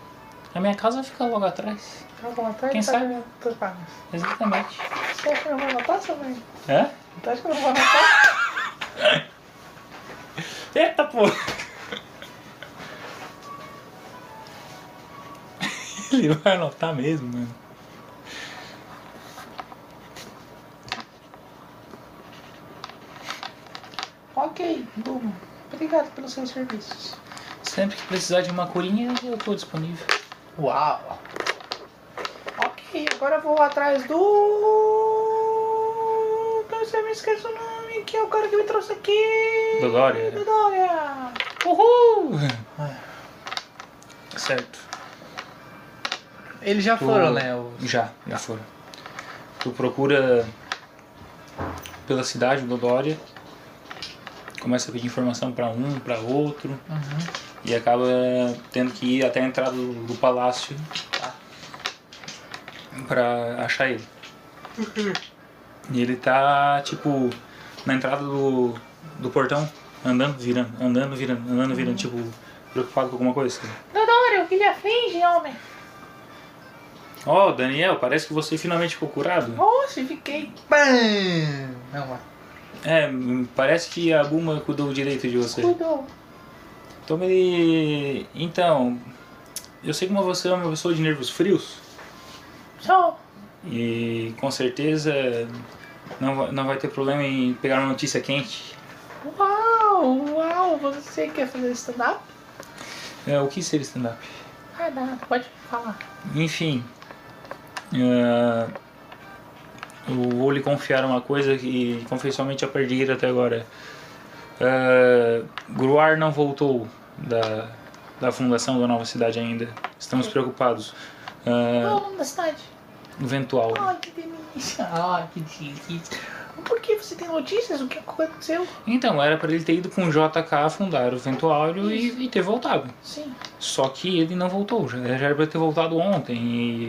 A minha casa fica logo atrás. Tá bom, até Quem tá sabe? vendo, tô pagando. Exatamente. Você acha que eu não vou matar, sua mãe? Hã? Você acha que eu não vou matar? Eita porra! Ele vai anotar mesmo, mano. ok, bom. Obrigado pelos seus serviços. Sempre que precisar de uma curinha, eu tô disponível. Uau! Ok, agora eu vou atrás do. Eu sempre me esqueço o nome, que é o cara que me trouxe aqui. Dodória. Dodória! Uhul! Certo. Eles já Tu- foram, né? o- Já, já foram. Tu procura pela cidade do Dória, começa a pedir informação pra um, pra outro, e acaba tendo que ir até a entrada do, do palácio Tá. pra achar ele. E ele tá, tipo, na entrada do, do portão, andando, virando, andando, virando, andando, virando, tipo, preocupado com alguma coisa. sabe? Dodoro, o que lhe aflige, homem? Ó, Daniel, parece que você finalmente ficou curado. Nossa, fiquei. Bam! Não, mas É, hum, parece que a Buma cuidou direito de você. Cuidou. Então ele. Então. Eu sei como você é uma pessoa de nervos frios. Só. E com certeza não, va- não vai ter problema em pegar uma notícia quente. Uau, uau, você quer fazer stand-up? É, o que seria stand-up? Ah, nada, pode falar. Enfim, é, eu vou lhe confiar uma coisa que confessualmente eu perdi até agora. É, Gruar não voltou da, da fundação da nova cidade ainda. Estamos preocupados. É, Qual é o nome da cidade? Ventual. Ai, que delícia. Ai, que delícia. Por que você tem notícias? O que aconteceu? Então, era para ele ter ido com o JK fundar o Ventuário e, e ter voltado. Sim. Só que ele não voltou. Já, já era para ter voltado ontem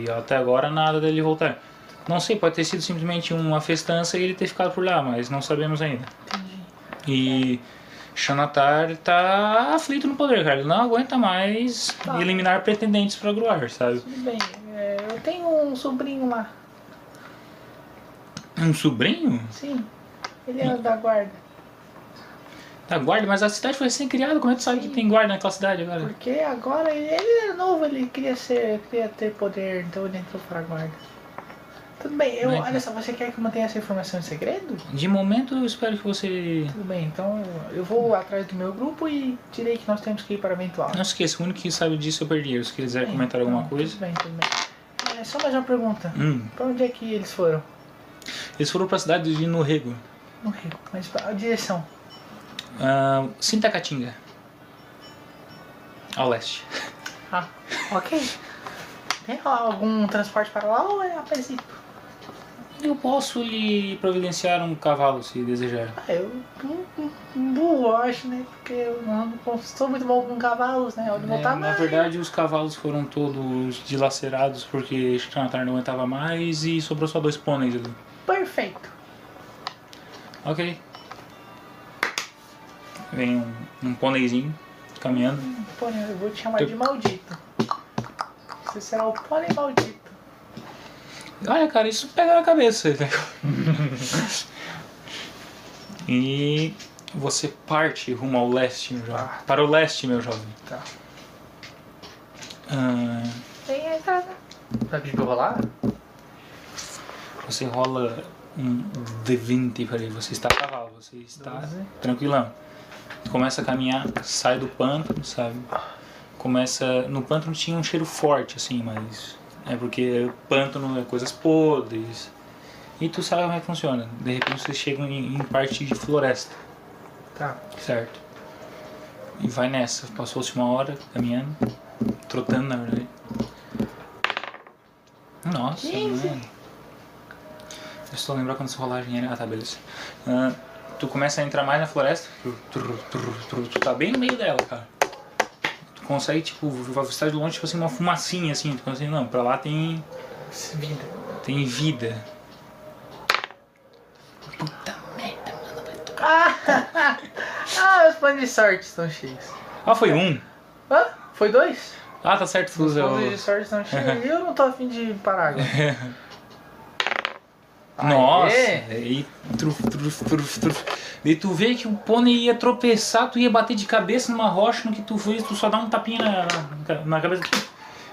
e até agora nada dele voltar. Não sei, pode ter sido simplesmente uma festança e ele ter ficado por lá, mas não sabemos ainda. Entendi. E Xanatar tá aflito no poder, cara. Ele não aguenta mais Tá. eliminar pretendentes para Gruar, sabe? Tudo bem. É, eu tenho um sobrinho lá. Um sobrinho? Sim. Ele é da guarda. Da Tá, guarda, mas a cidade foi recém-criada. Como é que tu sabe que tem guarda naquela cidade agora? Porque agora ele, ele é novo, ele queria ser. queria ter poder, então ele entrou pra guarda. Tudo bem, eu, Né? Não entendi. olha só, você quer que eu mantenha essa informação em segredo? De momento, eu espero que você Tudo bem, então eu vou atrás do meu grupo e direi que nós temos que ir para eventual. Ah, Não se esqueça, o único que sabe disso é o Perdidos. Se quiser comentar alguma coisa. Tudo bem, tudo bem. É, só mais uma pergunta. Hum, Pra onde é que eles foram? eles foram pra cidade de Norrego. Não sei, mas pra- a direção. Ah, Sintacatinga. Ao leste. Ah, ok. Tem algum transporte para lá ou é a princípio? Eu posso lhe providenciar um cavalo se desejar. Ah, eu. um- um- um burro, eu acho, né? Porque eu não não sou muito bom com cavalos, né? Eu não É, tá na mais. verdade, os cavalos foram todos dilacerados porque Xanatar não aguentava mais e sobrou só dois pôneis ali. Perfeito. Ok. Vem um, um pôneizinho caminhando. Pônei, eu vou te chamar Tu- de maldito. Você será o pônei maldito. Olha, cara, isso pega na cabeça. né? e você parte rumo ao leste, meu jovem. Para o leste, meu jovem. Tá. Ah, Tem a entrada. Vai pedir pra eu rolar? você rola um D20 para aí. Você está a cavalo, você está Doze. tranquilão. Tu começa a caminhar, sai do pântano, sabe? Começa. No pântano tinha um cheiro forte, assim, mas. É porque pântano é coisas podres. E tu sabe como é que funciona. De repente vocês chegam em, em parte de floresta, Tá. certo? E vai nessa. Passou-se uma hora caminhando, trotando na verdade. Nossa, Quinze. mano. Eu só lembrar quando essa rolagem era. Ah, tá, beleza. Ah, tu começa a entrar mais na floresta. Tu, tu, tu, tu, tu tá bem no meio dela, cara. Tu consegue, tipo, estar de longe, tipo assim, uma fumacinha assim. Tu consegue, não, pra lá tem. Se Vida. Tem vida. Ah, ah, os panos de sorte estão cheios. Ah, foi um. Hã? Foi dois? Ah, tá certo, Os Fuso. panos de sorte estão cheios. E eu não tô afim de parar agora. Nossa. Aê. E truf, truf, truf, truf. E tu vê que o pônei ia tropeçar, tu ia bater de cabeça numa rocha, no que tu fez, tu só dá um tapinha na, na cabeça.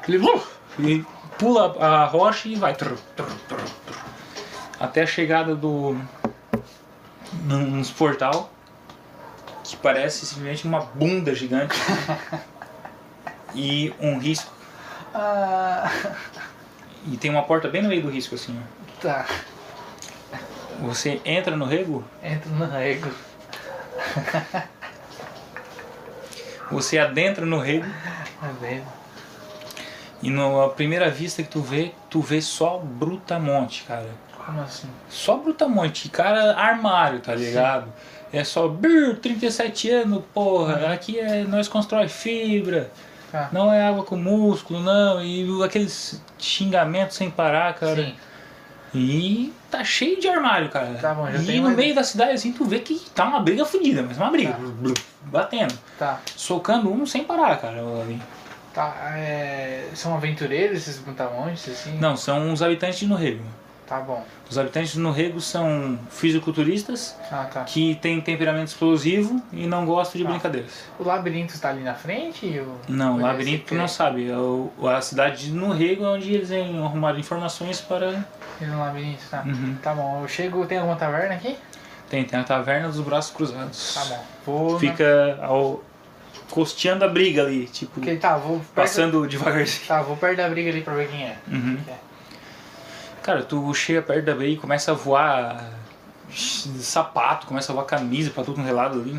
Ele uf, e pula a rocha e vai. Truf, truf, truf, truf. Até a chegada do. num num portal que parece simplesmente uma bunda gigante e um risco Ah, E tem uma porta bem no meio do risco, assim. ó. tá. Você entra no rego, Entro no rego. você adentra no rego, Tá vendo? e na primeira vista que tu vê, tu vê só Brutamonte, cara. Como assim? Só Brutamonte, cara armário, tá ligado? É só, "Bir, 37 anos, porra, aqui é, nós constrói fibra, Tá. não é água com músculo, não, e aqueles xingamentos sem parar, cara. Sim. E tá cheio de armário, cara. Tá bom, já e tem no mais- meio da cidade, assim, tu vê que tá uma briga fodida, mas uma briga. Tá. Batendo. Tá. Socando um sem parar, cara. ali. Tá. É... São aventureiros esses brutamontes, assim? Não, são os habitantes de Norrego. Tá bom. Os habitantes no Rego são fisiculturistas Ah, tá. que têm temperamento explosivo e não gostam de Ah. brincadeiras. O labirinto tá ali na frente? e o- Não, o Poderia labirinto ser tu não sabe. É o- A cidade de no Rego é onde eles vêm arrumar informações para. que- No labirinto, tá. Uhum. Tá bom, eu chego. Tem alguma taverna aqui? Tem, tem a taverna dos braços cruzados. Tá bom. Vou. na- Fica ao... costeando a briga ali, tipo, Ok, tá, vou perto... passando devagarzinho. Tá, vou perto da briga ali pra ver quem é. Uhum. Cara, tu chega perto da briga e começa a voar sapato, começa a voar camisa pra tudo no relado ali.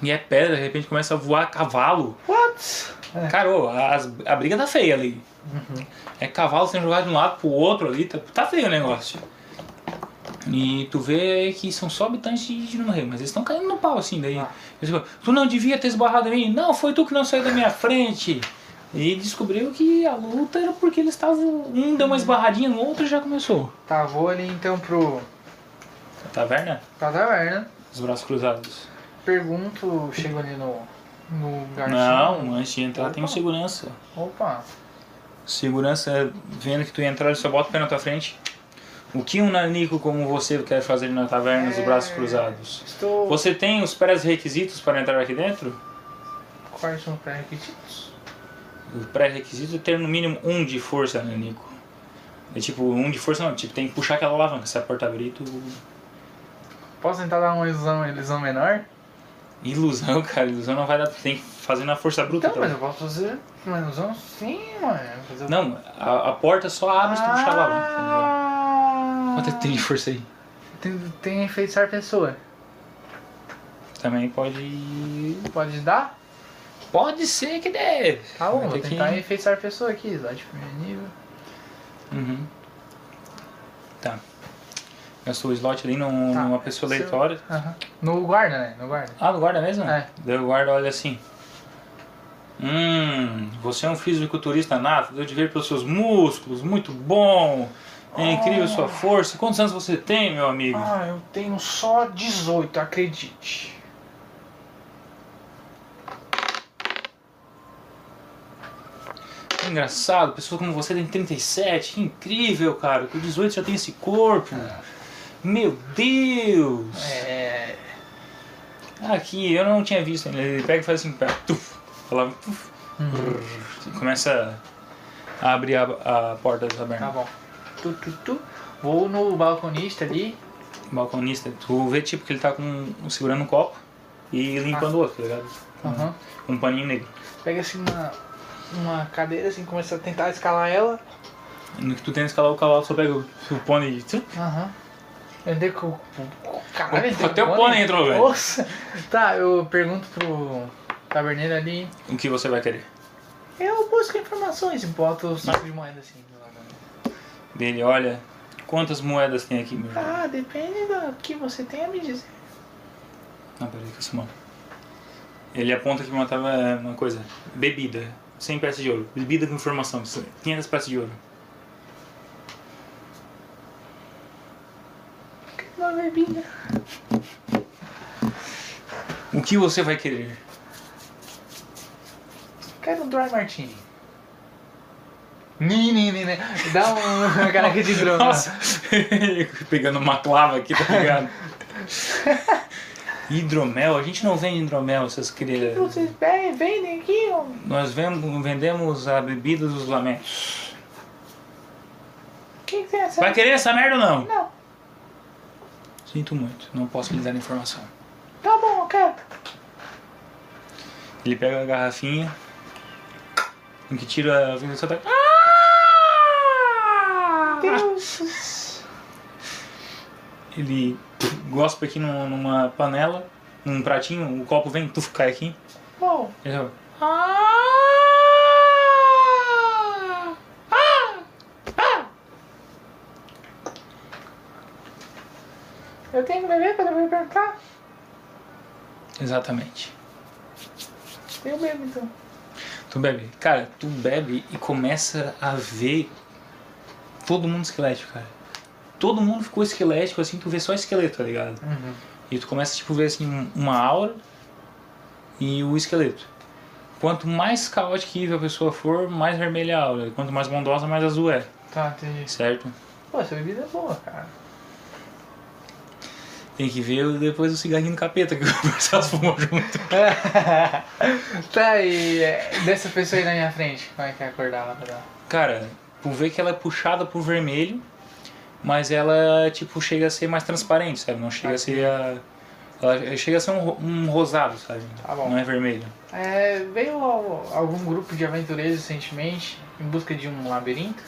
E é pedra, de repente começa a voar cavalo. What? Cara, ô, as- a briga tá feia ali. É cavalo sendo jogado de um lado pro outro ali, tá, tá feio o negócio. E tu vê que são só habitantes de, de Numa Rei, mas eles estão caindo no pau assim daí. Ah. Eles falam, tu não devia ter esbarrado em mim, não, foi tu que não saiu da minha frente. E descobriu que a luta era porque eles estavam. Um deu uma esbarradinha no outro e já começou. Tá, vou ali então pro. A taverna? pra taverna. Os braços cruzados. Pergunto, chego ali no. no garçom. Não, antes de entrar tem um Opa. segurança. Opa. Segurança, vendo que tu ia entrar, ele só bota o pé na tua frente. O que um nanico como você quer fazer na taverna dos É. braços cruzados? Estou. Você tem os pré-requisitos para entrar aqui dentro? Quais são os pré-requisitos? O pré-requisito é ter no mínimo um de força, nanico. É tipo, um de força não, tipo, tem que puxar aquela alavanca. Se a porta abrir, tu... Posso tentar dar uma ilusão, ilusão menor? Ilusão, cara, ilusão não vai dar. Tu tem que fazer na força bruta. Então, tá? mas eu posso fazer uma ilusão? Sim, mano. Fazer um. Não, a, a porta só abre se tu puxar a alavanca. um, entendeu? Ah, Quanto é que tem de força aí? tem, tem enfeitiçar pessoa. Também pode. Pode dar? Pode ser que dê. Tá bom, Vai vou ter que- tentar enfeitiçar pessoa aqui. Lá de primeiro nível. Uhum. Tá. Gastou o slot ali num- Tá. numa pessoa Seu- aleatória. Aham. No guarda, né? No guarda. Ah, do guarda mesmo? É. Daí o guarda olha assim. Hum, você é um fisiculturista nato, deu de ver pelos seus músculos, muito bom. É incrível sua força. Quantos anos você tem, meu amigo? Ah, eu tenho só 18, acredite. Engraçado, pessoa como você tem 37, que incrível, cara. Com 18 já tem esse corpo. Meu Deus! É. Aqui, eu não tinha visto ainda. Ele pega e faz assim, pega, tuf, falava, tuf, brrr, e começa a abrir a, a porta da taberna. Tá bom. Tu, tu, tu. Vou no balconista ali. Balconista, tu vê tipo que ele tá com, segurando um copo e limpando o outro, tá ligado? Com Aham. um paninho negro. Pega assim uma, uma cadeira, assim, começa a tentar escalar ela. No que tu tenta escalar o cavalo, só pega o, o pônei e tchum, Aham. Eu entrei com. com- com- Caralho, eu entrei Até o com pônei entrou, velho. Nossa! Tá, eu pergunto pro taberneiro ali. o que você vai querer. Eu busco informações e boto o saco de moeda assim. do lado. Dele, olha, quantas moedas tem aqui, meu jovem? Ah, depende do que você tem a me dizer. Não, peraí, que eu sou mal. Ele aponta que matava é, uma coisa: bebida, 100 peças de ouro. Bebida com informação, 500 peças de ouro. Uma bebida. O que você vai querer? Quero um dry martini. Ni, ni, ni, ni. Dá um caraca de drone. Nossa, pegando uma clava aqui, tá ligado? hidromel, a gente não vende hidromel, vocês queriam. Vocês bem, vendem aqui, homem? Nós vemos- vendemos a bebida dos lamentos. O que, que tem essa? Vai querer essa merda ou não? Não. Sinto muito, não posso lhe dar informação. Tá bom, eu quero. Ele pega a garrafinha, em que tira a vida só tá. Ah! Deus. Ele gospe aqui num- numa panela, num pratinho, o copo vem, tu cai aqui. Bom. Ele fala, Ah! Ah! Ah! Eu tenho que beber para me perguntar? Tá, Exatamente. Eu bebo então. Tu bebe. Cara, tu bebe e começa a ver todo mundo esquelético, cara. Todo mundo ficou esquelético, assim, tu vê só esqueleto, tá ligado? Uhum. E tu começa, tipo, a ver, assim, um- uma aura e o esqueleto. Quanto mais caótica e evil a pessoa for, mais vermelha a aura. Quanto mais bondosa, mais azul é, Tá, entendi. certo? Pô, essa bebida é boa, cara. Tem que ver o- depois o cigarrinho do capeta que o Marcelo fumou junto. tá aí, dessa pessoa aí na minha frente, como é que acordava pra dar? Cara, tu vê que ela é puxada pro vermelho, mas ela, tipo, chega a ser mais transparente, sabe? Não chega a ser a... Ela chega a ser um, ro- um rosado, sabe? Tá bom. Não é vermelho. É, veio al- algum grupo de aventureiros recentemente em busca de um labirinto?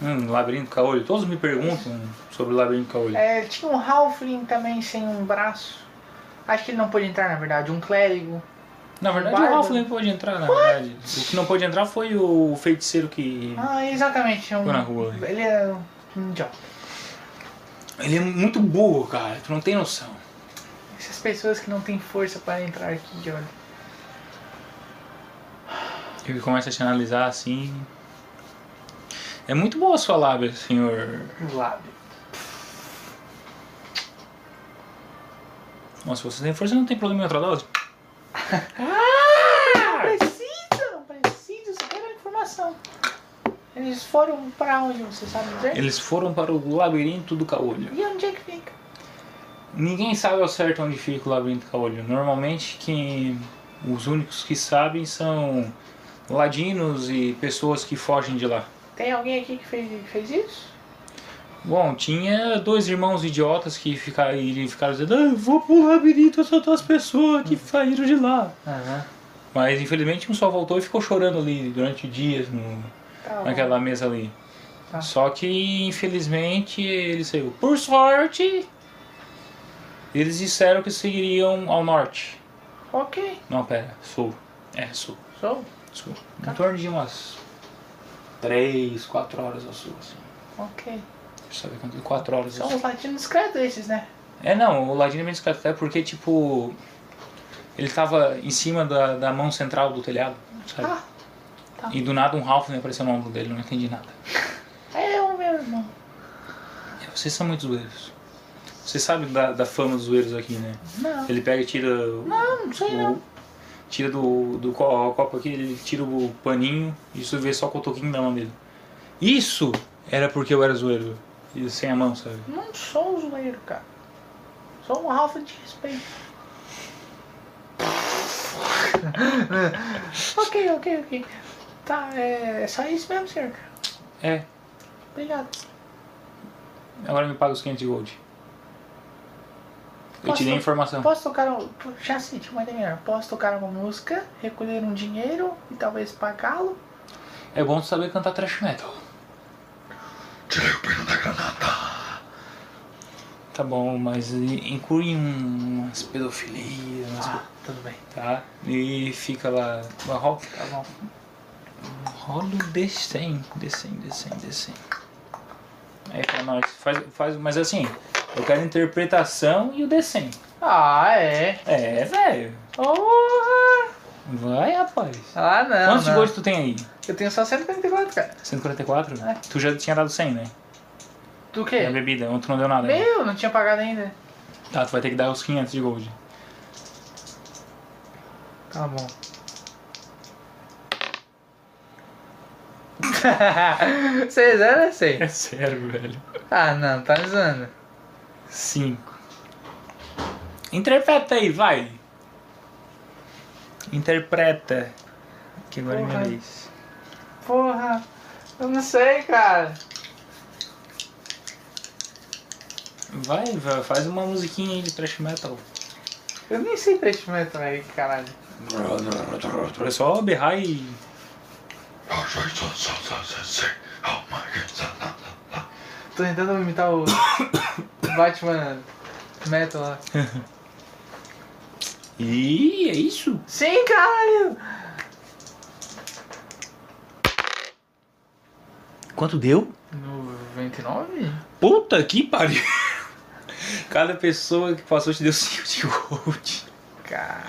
Hum, labirinto caolho. Todos me perguntam sobre o labirinto caolho. É, tinha um Halfling também sem um braço. Acho que ele não pôde entrar, na verdade. Um clérigo. Na verdade, Bárbaro. o Ralph nem pôde entrar, na verdade. O que não pôde entrar foi o feiticeiro que. Ah, exatamente. Um, Tô na rua. Ele é um- um idiota. Ele é muito burro, cara. Tu não tem noção. Essas pessoas que não têm força para entrar aqui, olha. Ele começa a te analisar assim. É muito boa a sua lábia, senhor. O lábio. Nossa, se você tem força, não tem problema em outra dose. Ah! Não precisa, não precisa, é só quero a informação. Eles foram pra onde, você sabe dizer? Eles foram para o labirinto do caolho. E onde é que fica? Ninguém sabe ao certo onde fica o labirinto do caolho. Normalmente, quem... os únicos que sabem são ladinos e pessoas que fogem de lá. Tem alguém aqui que fez, fez isso? Bom, tinha dois irmãos idiotas que ficaram, ficaram dizendo: ah, eu vou pro labirinto assaltar as pessoas que saíram de lá. Aham. Mas infelizmente um só voltou e ficou chorando ali durante dias no, Tá bom. naquela mesa ali. Tá. Só que infelizmente ele saiu. Por sorte, eles disseram que seguiriam ao norte. Ok, Não, pera, sul. É, sul. sou. sul. Tá. Em torno de umas 3, 4 horas ao sul. Assim. Ok. Deixa eu saber quanto. 4 horas ao sul. São os latinos discretos esses, né? É, não, o Ladino é meio discreto, até porque, tipo, ele tava em cima da, da mão central do telhado, sabe? Ah, tá. E do nada um Ralph apareceu no ombro dele, não entendi nada. É o meu irmão. É, Vocês são muito zoeiros. Você sabe da, da fama dos zoeiros aqui, né? Não, Ele pega e tira. o- não, não sei não. o- Tira do, do co- o copo aqui, ele tira o paninho e isso vê só o cotoquinho da mão dele. Isso era porque eu era zoeiro. E sem a mão, sabe? Não sou um zoeiro, cara. Sou um alfa de respeito. ok, ok, ok. Tá, é, é só isso mesmo, senhor. É, Obrigado. agora me paga os 500 de gold. Eu te Posso- dei a Tá. informação. Posso tocar. um- Já sei, tinha uma ideia melhor. Posso tocar uma música, recolher um dinheiro e talvez pagá-lo? É bom tu saber cantar thrash metal. Tá bom, mas inclui um- umas pedofilias, umas Ah, tudo bem. co- tá? E fica lá. lá, ro- Tá bom. Rola o descem, descem, descem, descem. Aí pra nós, faz, faz, mas assim, eu quero a interpretação e o descem. Ah, é. É, velho. Porra! Vai, rapaz. Ah, não. Quantos não. gols tu tem aí? Eu tenho só 144, cara. 144? É. Tu já tinha dado 100, né? Do É. quê? Na bebida, ontem não deu nada. né? Meu, não tinha pagado ainda. Tá, tu vai ter que dar os 500 de gold. Tá bom. Seis anos, sei. sério, velho. Ah, não, tá usando. 5. Interpreta aí, vai. Interpreta. Que agora é minha Porra. vez. Porra, eu não sei, cara. Vai, vai, faz uma musiquinha aí de thrash metal. Eu nem sei trash metal aí, caralho. É só berrar e. Tô tentando imitar o Batman Metal lá. Ih, é isso? Sim, caralho! Quanto deu? 99? Puta que pariu! Cada pessoa que passou te deu 5 de gold. Cara.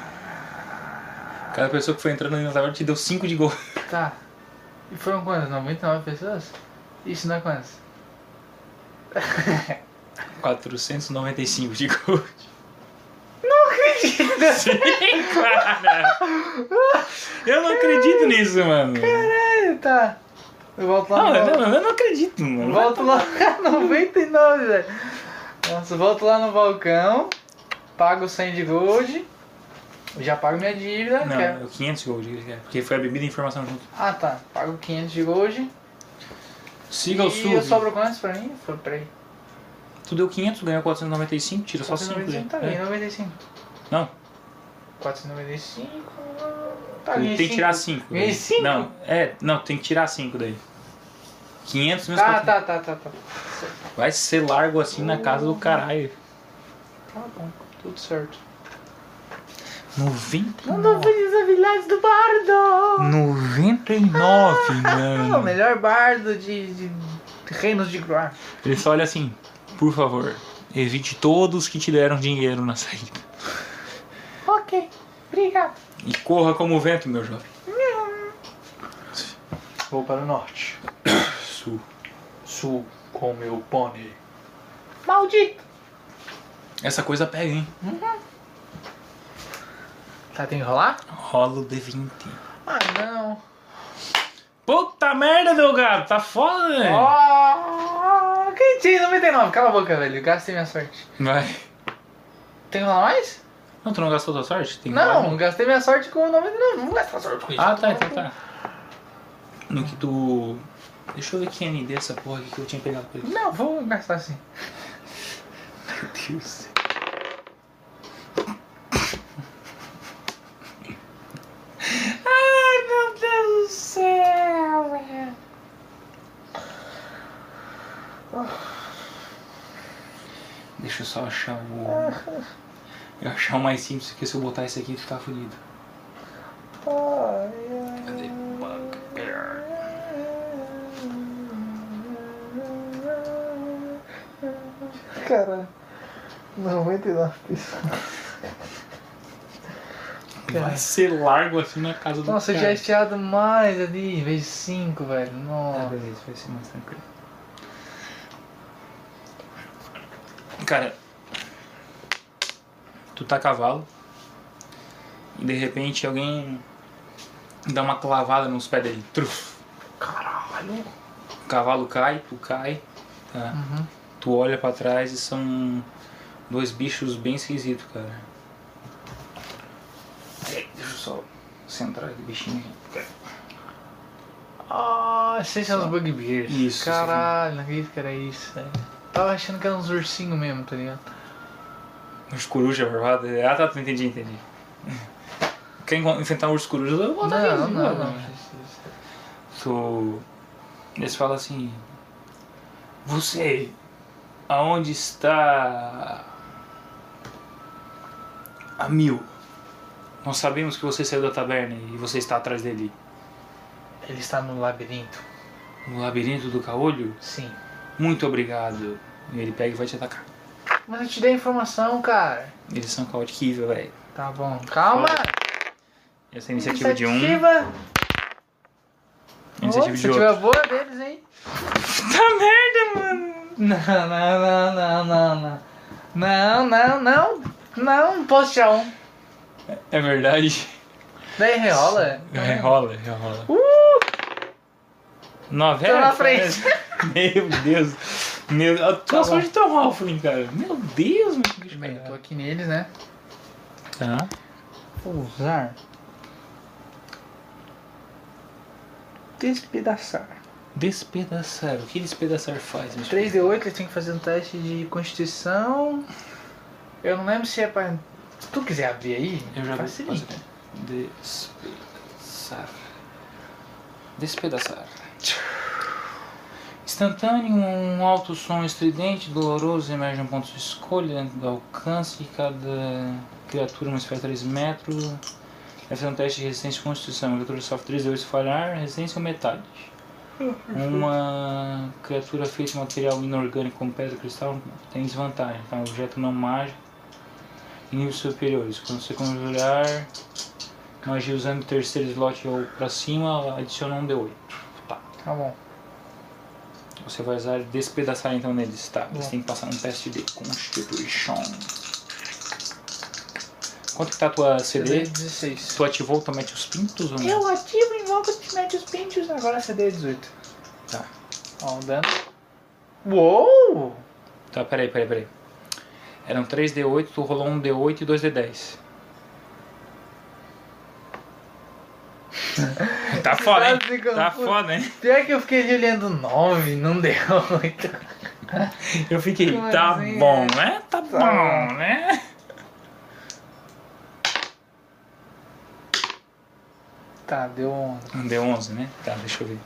Cada pessoa que foi entrando ali na taverna te deu 5 de gold. Tá. E foram quantas? 99 pessoas? Isso não é quantas? 495 de gold. Não acredito! Sim, cara! Eu não acredito nisso, mano. Caralho, tá. Eu volto lá Não, é no... eu não, eu não acredito, mano. Volto lá 99, velho. Nossa, volto lá no balcão, pago 100 de gold, já pago minha dívida. Não, que é é- o 500 gold, que ele quer, porque foi a bebida e a informação junto. Ah, tá. Pago 500 de gold. Siga e o sul. eu sobro quantos pra mim? Foi, peraí. Tu deu 500, ganhou 495, tira só É. 5 495 tá bem, 95. Não. 495. Tá Tem ganhei que cinco. tirar 5. Ganhei cinco? Não, é, não, tem que tirar 5 daí. 500 menos Tá, 400. tá, tá, tá, tá. Vai ser largo assim na casa do caralho. Tá bom, tudo certo. 90. a vilagem do bardo! 99, Ah, o mano. melhor bardo de, de de Reinos de Groar. Ele só olha assim, por favor, evite todos que te deram dinheiro na saída. Ok, obrigado. E corra como o vento, meu jovem. Vou para o norte. Sul. Sul com meu pônei. Maldito! Essa coisa pega, hein? Tá, tem que rolar? Rola o D20. Ah, não. Puta merda, meu gato, tá foda, velho. Ó, Oh, quem tinha 99? Cala a boca, velho. Gastei minha sorte. Vai. Tem que rolar mais? Não, tu não gastou tua sorte? Tem que rolar, Não, né? gastei minha sorte com 99. Não vou gastar sorte com isso. Ah, tá, então tá. No que tu. Deixa eu ver que ND essa porra aqui que eu tinha pegado pra ele. Não, vou gastar sim. Meu Deus. Ai, meu Deus do céu, velho. Deixa eu só achar o. Eu achar o mais simples, porque se eu botar esse aqui, tu tá fudido. Cadê? Bugbear. Cara, 99 pessoas. Vai ser largo assim na casa do Nossa, eu cara. tinha estirado mais ali, vezes 5, velho. Ah, Nossa. beleza, vai ser mais tranquilo. Cara, tu tá a cavalo e de repente alguém dá uma clavada nos pés dele. Truf. Caralho. O cavalo cai, tu cai, tá? Uhum. Tu olha pra trás e são dois bichos bem esquisitos, cara. Peraí, Deixa eu só centrar aqui, bichinho. aqui. Ah, esses são os bugbears. Isso, Caralho, não acredito que era isso, velho. Tava achando que era uns ursinhos mesmo, tá ligado? Urso coruja, barbado. Ah, tá, entendi, entendi. Quer enco- enfrentar um urso coruja? Eu vou botar Não, aqui, não, mano. não. Tu... Eles falam assim... Você... Aonde está... A mil? Nós sabemos que você saiu da taberna e você está atrás dele. Ele está no labirinto. No labirinto do caolho? Sim. Muito obrigado. E ele pega e vai te atacar. Mas eu te dei a informação, cara. Eles são caóticos, velho. Tá bom. Calma. Essa é a iniciativa de um. Iniciativa. Iniciativa Nossa, de outro. iniciativa boa deles, hein? Puta merda, mano! Não, não, não, não, não, não. Não, não, não. Não, posso tirar um. É verdade. Daí é. reola. É, Rerola, rerola. Uh, Novela? Tô na frente. Meu Deus. Meu, a tua Tá sorte tão mal, Flynn, cara. Meu Deus, meu bicho. Bem, eu tô aqui neles, né? Tá. Vou usar. Despedaçar. Despedaçar. O que despedaçar faz? meu 3D8, eles têm que fazer um teste de constituição. Eu não lembro se é pra. Se tu quiser abrir aí, filho? Eu já vi. facilita. Despedaçar. Despedaçar. Instantâneo, um alto som estridente, doloroso, emerge um ponto de escolha dentro do alcance de cada criatura, uma esfera de 3 metros. Vai fazer um teste de resistência e constituição. Uma criatura sofre 3 de 8 falhar, resistência ou metade. Uma criatura feita de material inorgânico como pedra cristal tem desvantagem, tá? Um objeto não mágico em níveis superiores. Quando você conjurar magia usando o terceiro slot ou pra cima, adiciona um D8. Tá. Tá bom. Você vai usar despedaçar então neles, tá? Você Bom. tem que passar um teste de Constituição. Quanto que tá a tua Eu dei CD? 16. Tu ativou o Tomate os Pintos ou não? Eu ativo e invoco os médios pintos agora. Agora CD é 18. Ó, um dano. Uou! Tá, peraí, peraí, peraí. Eram 3D8, tu rolou um D8 e 2D10. tá foda, hein? Tá ficando Tá puto. foda, hein? Pior que eu fiquei ali olhando 9, não deu 8. Eu fiquei, Que tá coisinha. bom, né? Tá bom, bom. né? Tá, deu 11. Deu 11, né? Tá, deixa eu ver.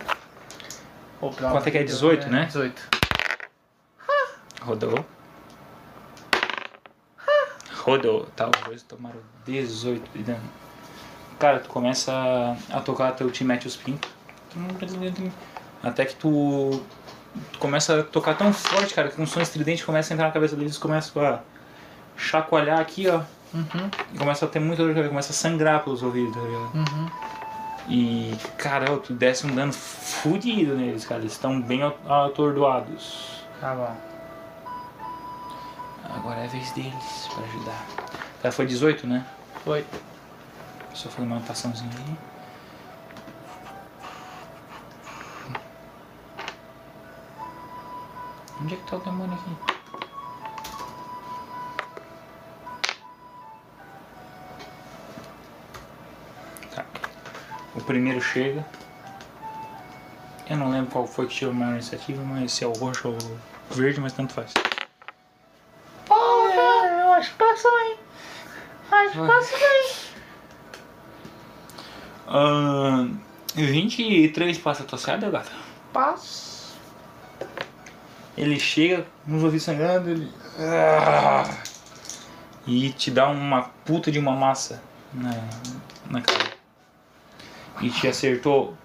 Ô, pelo Quanto é que é? amor de Deus, 18, né? 18. Rodou. Rodou. Tá, os dois tomaram 18 de dano. Cara, tu começa a- a tocar, teu time mete os pintos. Até que tu, tu começa a tocar tão forte, cara, que um som estridente começa a entrar na cabeça deles, começa a chacoalhar aqui, ó. Uhum, E começa a ter muita dor de cabeça, começa a sangrar pelos ouvidos, tá ligado? uhum. E, caramba, tu desce um dano fudido neles, cara. Eles estão bem a- atordoados. Tá bom. Agora é a vez deles pra ajudar. Tá, foi 18, né? Foi. Só foi uma anotaçãozinha ali. Onde é que tá o demônio aqui? Tá. O primeiro chega. Eu não lembro qual foi que tirou a maior iniciativa, mas se é o roxo ou o verde, mas tanto faz. Porra, eu acho que passou, hein? Acho que Vai. passou, hein? Ahn, 23 passa a tua saída, gata. Passo. Ele chega nos ouvidos sangrando ele... Ah! e te dá uma puta de uma massa na, na cara. E te acertou,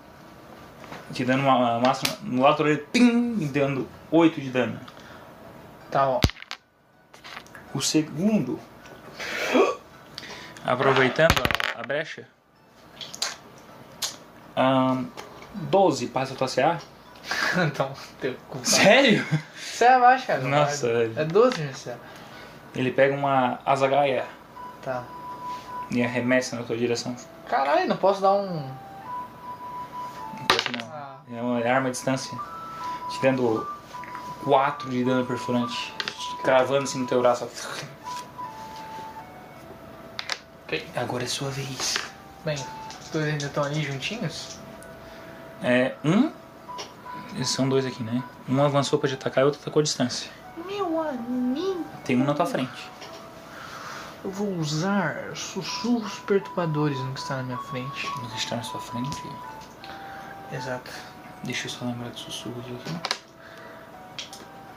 te dando uma massa no lado da orelha, pim, e dando 8 de dano. Tá bom. O segundo, aproveitando a, a brecha, ahn, 12 passa a tua CA. então, teu cu. Sério? Você abaixa agora. Nossa, É 12, Marcelo. Ele pega uma azagaia Tá. e arremessa na tua direção. Caralho, não posso dar um. Não pode não. Ah. É uma arma à distância. Te dando 4 de dano perfurante. Cravando assim no teu braço. Ok. Agora é sua vez. Bem, os dois ainda estão ali juntinhos? É um. Esses São dois aqui, né? Um avançou pra te atacar e o outro atacou à distância. Meu amigo. Tem um na tua frente. Eu vou usar sussurros perturbadores no que está na minha frente. Um que está na sua frente. Exato. Deixa eu só lembrar dos sussurros aqui.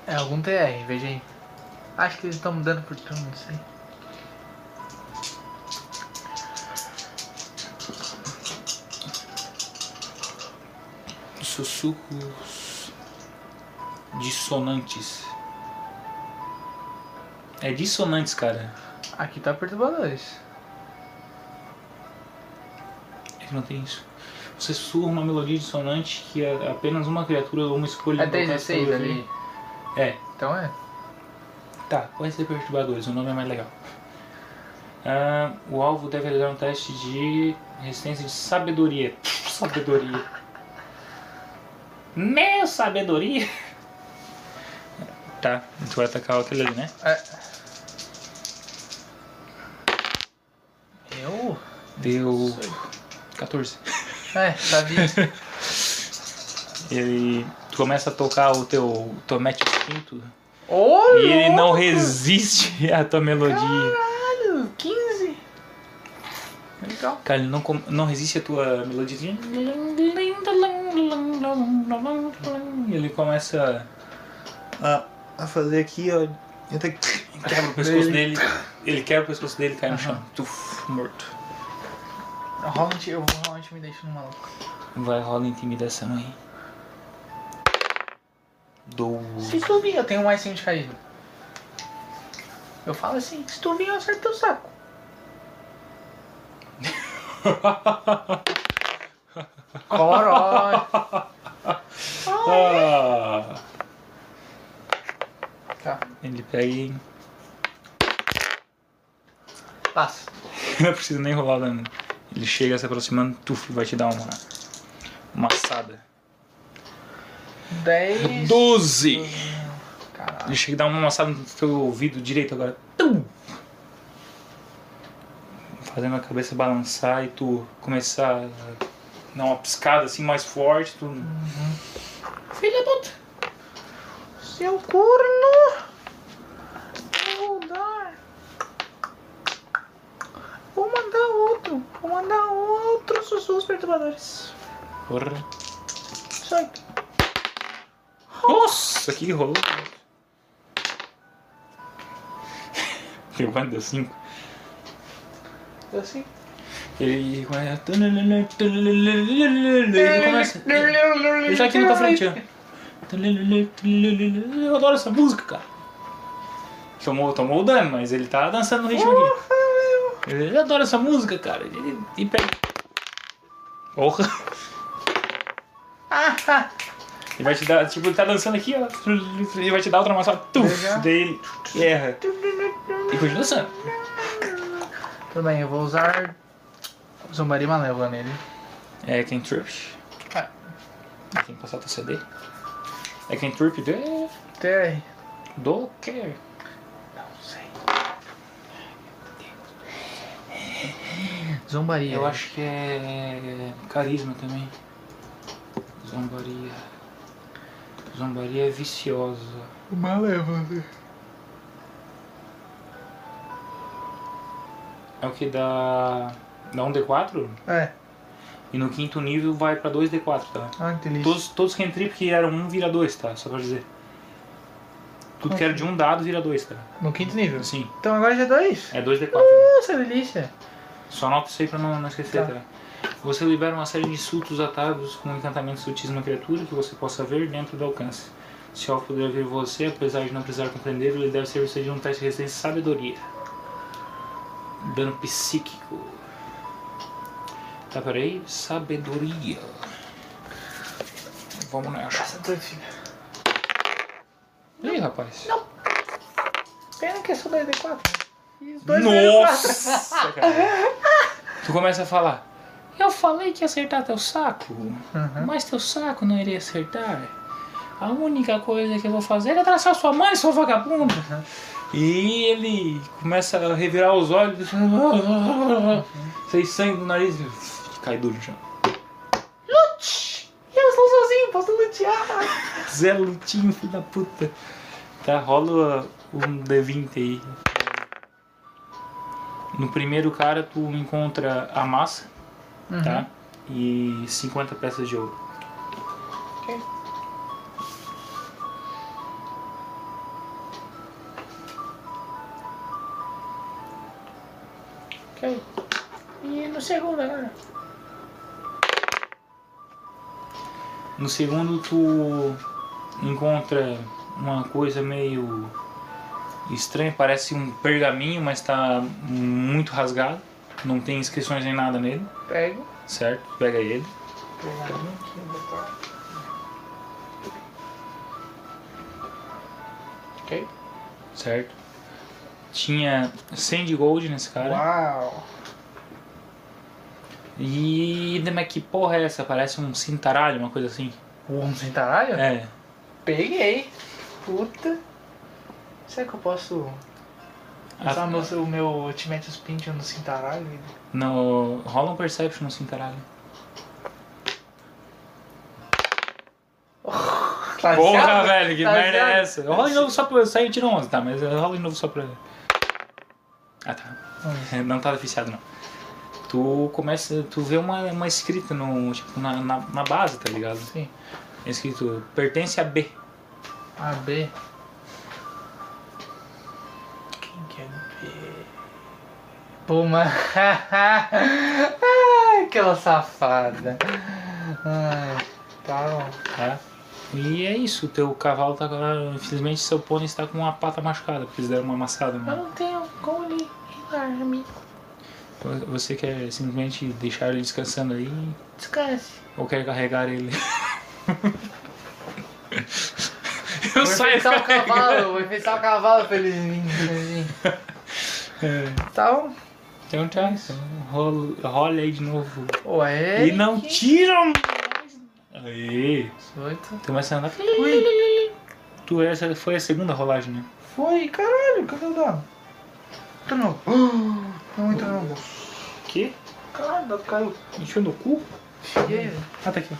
É algum TR, veja aí. Acho que eles estão mudando por turno, não sei. Sussurros. Dissonantes. É dissonantes, cara. Aqui tá perturbadores. Ele não tem isso. Você surra uma melodia dissonante que é apenas uma criatura ou uma escolha É do alcance 16 pelo ali. ouvir. É, Então é. tá, pode ser perturbadores, o nome é mais legal. Ah, o alvo deve realizar um teste de resistência de sabedoria. Sabedoria. Meu sabedoria! Tá, tu vai atacar aquele ali, né? é. Eu? Deu 14. É, sabia. Ele. Tu começa a tocar o teu tomate extinto Ô, e ele não louco! resiste à tua melodia. Caralho, 15. Legal. Cara, ele não, com- não resiste a tua melodia. Ele começa a, a fazer aqui, ó. e Até que quebra o pescoço dele. Ele quebra o pescoço dele e cai no chão. Tuf, morto. Round, eu vou round me deixa no maluco. Vai, rola intimidação aí. Se Doze. tu vir, eu tenho mais 5 de caído. Eu falo assim, se tu vir, eu acerto teu saco. Corói. Ah, Tá, ele pega e. passa. Não precisa nem rolar o dano. Ele chega se aproximando, tuf, vai te dar uma. Uma assada. 10. 12! Caralho. Deixa eu dar uma amassada no teu ouvido direito agora. Tum! Fazendo a cabeça balançar e tu começar a dar uma piscada assim mais forte. Tu... Filha da puta! Seu corno! Vou dar! Vou mandar outro! Vou mandar outros sussurros perturbadores! Porra. Só que Nossa, que rolo! Deu quanto? Deu cinco. Deu assim. Ele começa. Ele começa. Ele tá aqui na tua frente, ó. Eu adoro essa música, cara. Tomou, tomou o dano, mas ele tá dançando no ritmo aqui. Ele adora essa música, cara. Ele, ele pega. Porra! Ah, ah. Ele vai te dar. Tipo, ele tá dançando aqui, ó. Ele vai te dar outra maçada. Tuf! Legal. Daí ele erra. E continua dançando. Tudo bem, eu vou usar. Zombaria Malévola nele. É Cantrip. Ah. Tem que passar teu CD. É Cantrip do. TR. do que? Não sei. Zombaria. Eu acho que é carisma também. Zombaria. Zombaria é viciosa. Malévola. É o que dá. dá um D4? É, E no quinto nível vai pra 2D4, tá? olha que delícia. Todos, todos que entrei que eram 1 um, vira 2, tá? Só pra dizer. Tudo que era de um dado vira 2, tá? No quinto nível. Assim, Então agora já é dois. é 2D4. né? Nossa, delícia. Só anota isso aí pra não, não esquecer, tá. Tá. Você libera uma série de insultos atados com encantamentos sutis na criatura que você possa ver dentro do alcance. Se ela puder ver você, apesar de não precisar compreender, ele deve ser você de um teste de resistência e sabedoria. Dano psíquico. Tá, peraí. Sabedoria. Vamos nessa. Essa é tua filha. Ih, rapaz. Pena que é só 2D4. Fiz Nossa, cara. Tu começa a falar. Eu falei que ia acertar teu saco, Aham. mas teu saco não iria acertar. A única coisa que eu vou fazer é traçar sua mãe, sua vagabunda. E ele começa a revirar os olhos, sem sangue do nariz e cai duro no chão. eu estou sozinho, posso lutear! Zé Lutinho, filho da puta. Tá, rola um D20 aí. No primeiro cara, tu encontra a massa, tá? E 50 peças de ouro. Ok. Ok. E no segundo agora? No segundo, tu encontra uma coisa meio estranha, parece um pergaminho, mas tá muito rasgado. Não tem inscrições nem nada nele, Pego. certo? Pega ele. Pergaminho aqui, vou botar. Ok. certo? Tinha 100 de gold nesse cara. Uau. E mas que porra é essa? Parece um cintaralho, uma coisa assim. Um cintaralho? É. Peguei. Puta. Será que eu posso usar É A- o meu, o meu Ultimate Spin no cintaralho? No, rola um perception no cintaralho. Porra, velho, que Tá merda é zero. essa? Rola de novo só pra eu sair e tiro 11, tá? Mas rola de novo só pra. Ah, tá. Hum, Não tá viciado, não. Tu começa. Tu vê uma, uma escrita no, tipo, na, na, na base, tá ligado? Sim. É escrito pertence a B. A, B. Quem que é B? Puma. Ai, Aquela safada. Ai, tá bom. Tá? E é isso, o teu cavalo tá. com- Infelizmente seu pônei está com uma pata machucada, porque eles deram uma amassada, Eu né? não tenho como lhe relar, amigo. Você quer simplesmente deixar ele descansando aí Descanse. ou quer carregar ele? Eu vou saio enfeitar o carregando. cavalo, vou enfeitar o cavalo, felizinho. felizinho. É, Então, Então tá, então rola, rola aí de novo. ué. E não tiram! Aí. 18. Tu começa a andar. Tu essa foi a segunda rolagem, né? Foi, caralho, cadê o dado? Tá Entra não. Ah, Não entra não. Que? Caralho, o dado caiu. Encheu no cu? E aí? Ah, tá aqui.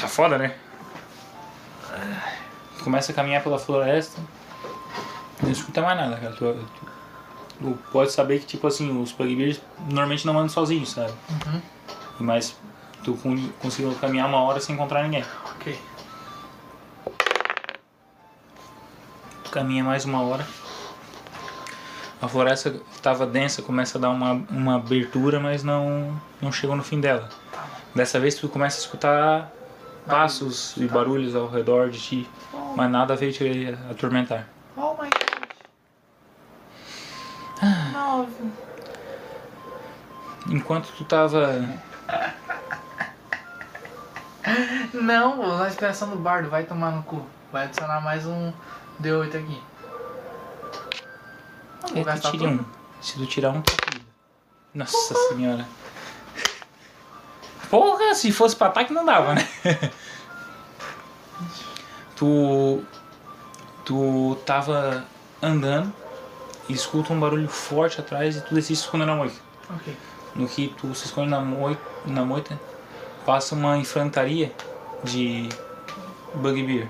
Tá foda, né? Tu Ah. Começa a caminhar pela floresta. Não escuta mais nada, cara. Tu, tu- tu pode saber que, tipo assim, os bugbears normalmente não andam sozinhos, sabe? Uhum. Mas tu con- conseguiu caminhar uma hora sem encontrar ninguém. Ok. Tu caminha mais uma hora. A floresta que estava densa começa a dar uma, uma abertura, mas não, não chegou no fim dela. Dessa vez tu começa a escutar passos e barulhos ao redor de ti, mas nada veio te atormentar. Oh my god. Nove. Enquanto tu tava. Não, pô, na inspiração do bardo, vai tomar no cu. Vai adicionar mais um D8 aqui. Ah, É, Vou tu gastar tira um. tudo. Se tu tirar um, tu tira. Nossa senhora. Porra, se fosse pra ataque não dava, né? tu. Tu tava andando, escuta um barulho forte atrás e tu decide se esconder na moita. Ok. No que tu se esconde na, moi, na moita, passa uma infantaria de bugbear.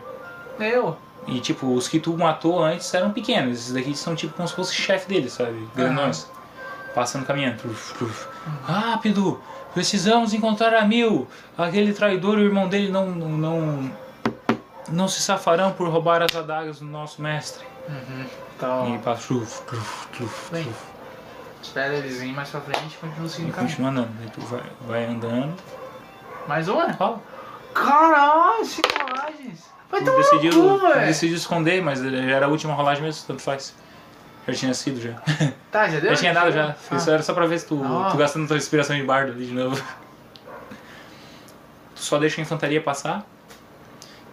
Eu? E tipo, os que tu matou antes eram pequenos, esses daqui são tipo como se fosse chefe deles, sabe? Grandões. Passando caminhando. Truf, truf. Rápido! Precisamos encontrar a Mil! Aquele traidor e o irmão dele não, não, não, não se safarão por roubar as adagas do nosso mestre. Uhum. E Então, passa. Truf, truf, truf, Bem. truf. espera eles virem mais pra frente e continua assim, E seguindo o caminho. continua andando. Aí tu vai, vai andando. Mais uma? Ó, Caralho, cinco rolagens. Vai tu tomar decidiu, no cu, tu velho. decidiu esconder, mas já era a última rolagem mesmo, tanto faz. Já tinha sido já. Tá, já deu? Já tinha dado já. Isso era só pra ver se tu, Ah. tu gastando tua inspiração de bardo ali de novo. Tu só deixa a infantaria passar.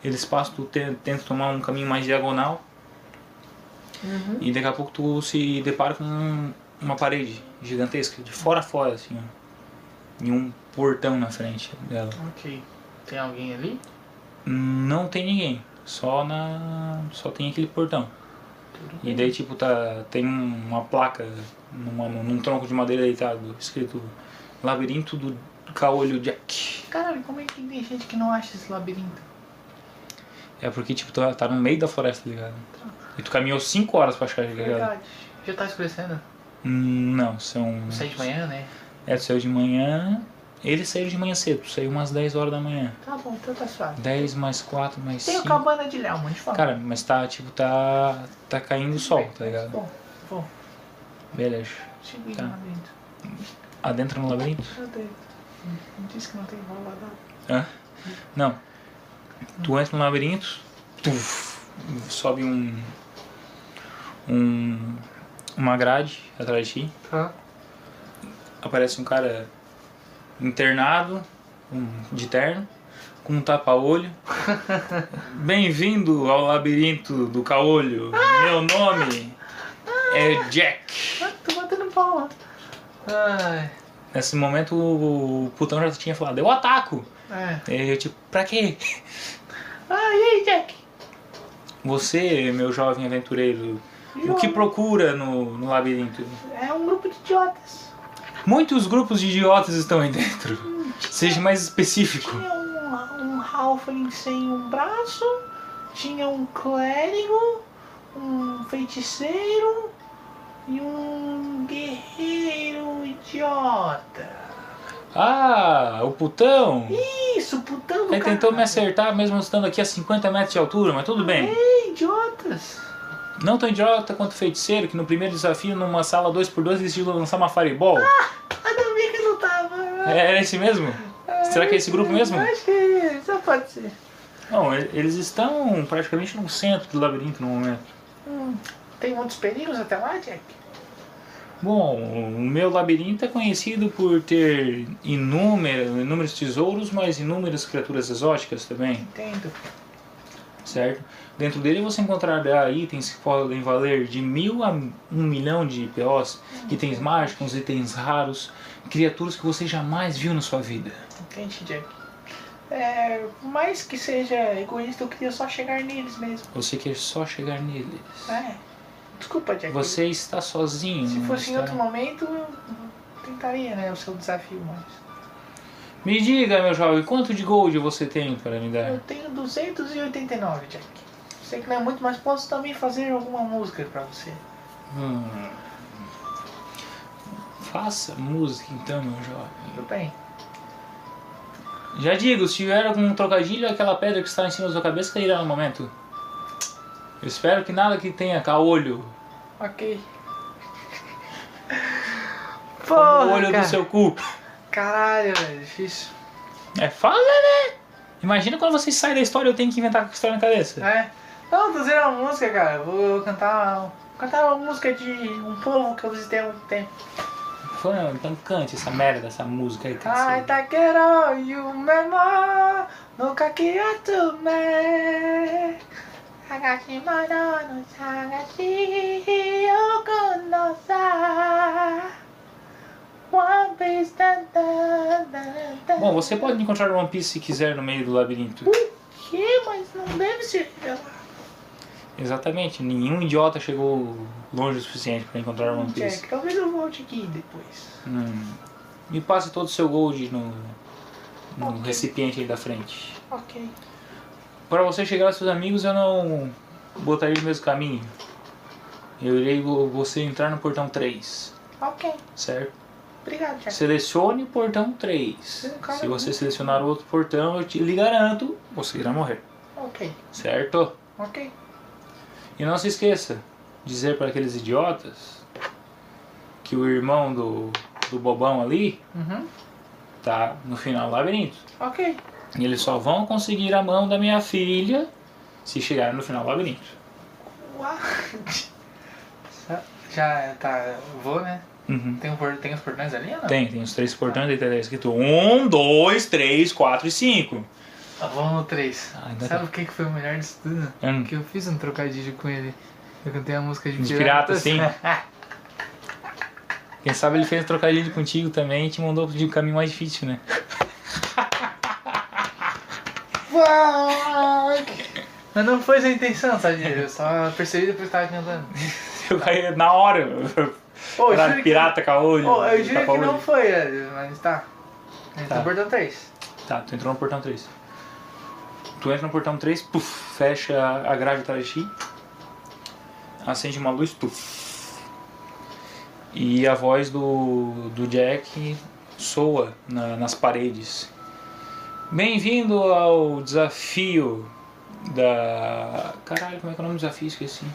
Eles passam, tu te- tenta tomar um caminho mais diagonal. E daqui a pouco tu se depara com uma parede gigantesca, de fora a fora, assim, ó. E um portão na frente dela. Ok. Tem alguém ali? Não tem ninguém. Só na. Só tem aquele portão. E daí tipo tá. Tem uma placa numa- num tronco de madeira deitado, escrito Labirinto do Caolho Jack. Caralho, como é que tem gente que não acha esse labirinto? É porque tipo, tá, tá no meio da floresta, ligado? E tu caminhou 5 horas pra achar, ligado? Verdade. Já tá escurecendo? Hum, Não, são. Não sei de manhã, né? É, tu saiu de manhã. Eles saíram de manhã cedo, tu saiu umas 10 horas da manhã. Tá bom, então tá suave. 10 mais 4 mais Tem o 5. cabana de Léo, mano, de fala. Cara, mas tá, tipo, tá. tá caindo o sol, tá ligado? Bom, bom. Beleza. Cheguei Tá. lá dentro. Adentra no labirinto? Meu Deus. Não disse que não tem rolada. Hã? Não. Tu entra no labirinto, tuf, sobe um, um. uma grade atrás de ti. Tá. Aparece um cara internado, um, de terno, com um tapa-olho. Bem-vindo ao labirinto do caolho. Meu nome é Jack. Ah, tô batendo palma. Ai. Nesse momento o putão já tinha falado, eu ataco! É. E eu tipo, pra quê? Ah, e aí, Jack? Você, meu jovem aventureiro, o que procura no, no labirinto? É um grupo de idiotas. Muitos grupos de idiotas estão aí dentro. Seja mais específico. Tinha um, um halfling sem um braço, tinha um clérigo, um feiticeiro e um guerreiro idiota. Ah, o putão! Isso, putão do Ele cara. tentou me acertar mesmo estando aqui a 50 metros de altura, mas tudo bem. Idiotas? Não tão idiota quanto o feiticeiro que no primeiro desafio, numa sala 2x2, decidiu lançar uma fireball. Ainda bem que Ah, não tava. É, Era esse mesmo? Será que é esse grupo mesmo? Acho que é só pode ser. Não, e- eles estão praticamente no centro do labirinto no momento. Tem muitos perigos até lá, Jack? Bom, o meu labirinto é conhecido por ter inúmero, inúmeros tesouros, mas inúmeras criaturas exóticas também, Entendo. certo? Dentro dele você encontrará itens que podem valer de mil a um milhão de POs, itens mágicos, itens raros, criaturas que você jamais viu na sua vida. Entende, Jack? É, mais que seja egoísta, eu queria só chegar neles mesmo. Você quer só chegar neles. É. Desculpa, Jack. Você está sozinho. Se não fosse em Hum, está? outro momento, eu tentaria, né? O seu desafio, mas. Me diga, meu jovem, quanto de gold você tem para me dar? Eu tenho 289, Jack. Sei que não é muito, mas posso também fazer alguma música pra você. Hum. Faça música então, meu jovem. Tudo bem. Já digo, se tiver algum trocadilho, aquela pedra que está em cima da sua cabeça cairá no momento. Eu espero que nada que tenha caolho, Ok. como Porra, o olho cara. do seu cu. Caralho, velho, difícil. É foda, né? Imagina quando vocês saem da história, eu tenho que inventar com a história na cabeça. É. né? Não, tô zerando uma música, cara. Eu Vou cantar, vou cantar uma música de um povo que eu visitei há muito tempo. Fã, Então cante essa merda, essa música aí. I cacete. tá. takero yume mo no kaki atume Hagashimono no sagashi yoku no sa One piece dan, dan, dan, dan. Bom, você pode encontrar One Piece se quiser no meio do labirinto. Que? Mas não deve se revelar. Exatamente, nenhum idiota chegou longe o suficiente para encontrar One Piece. Jack, talvez eu volte aqui depois. Hum. Me passe todo o seu gold no, no recipiente aí da frente. Ok. Para você chegar aos seus amigos, eu não botaria o mesmo caminho. Eu irei vo- você entrar no portão 3, Ok. certo? Obrigado, Tá. Jack. Selecione o portão 3. Cara, Se você selecionar outro portão, eu te lhe garanto, você irá morrer, Ok. certo? Ok. E não se esqueça dizer para aqueles idiotas que o irmão do, do bobão ali Uhum. tá no final do labirinto. Ok. E eles só vão conseguir a mão da minha filha se chegarem no final do labirinto. Uau. Já tá, eu vou, né? Uhum. Tem, um, por- tem os portões ali ou não? Tem, tem os três portões, daí tá escrito 1, 2, 3, 4 e 5. Ah, Vamos no 3. Ah, ainda Sabe o que que foi o melhor disso tudo? Hum. Que eu fiz um trocadilho com ele. Eu cantei a música de, assim. De pirata, sim. Quem sabe ele fez trocadilho contigo também e te mandou de um caminho mais difícil, né? Fuck! Mas não foi sem intenção, sabe? Eu só percebi depois que tava cantando. Eu caí na hora. Ô, eu Pra juro que- pirata, caolho. Ô, eu juro que tapa-olho. não foi, velho, mas tá. Ele Tá. tá portão 3. Tá, tu entrou no portão 3. Tu entra no portão 3, puf, fecha a grade atrás de ti. Acende uma luz, puf. E a voz do, do Jack soa na- nas paredes. Bem-vindo ao desafio da. Caralho, como é que é o nome do desafio? Esqueci.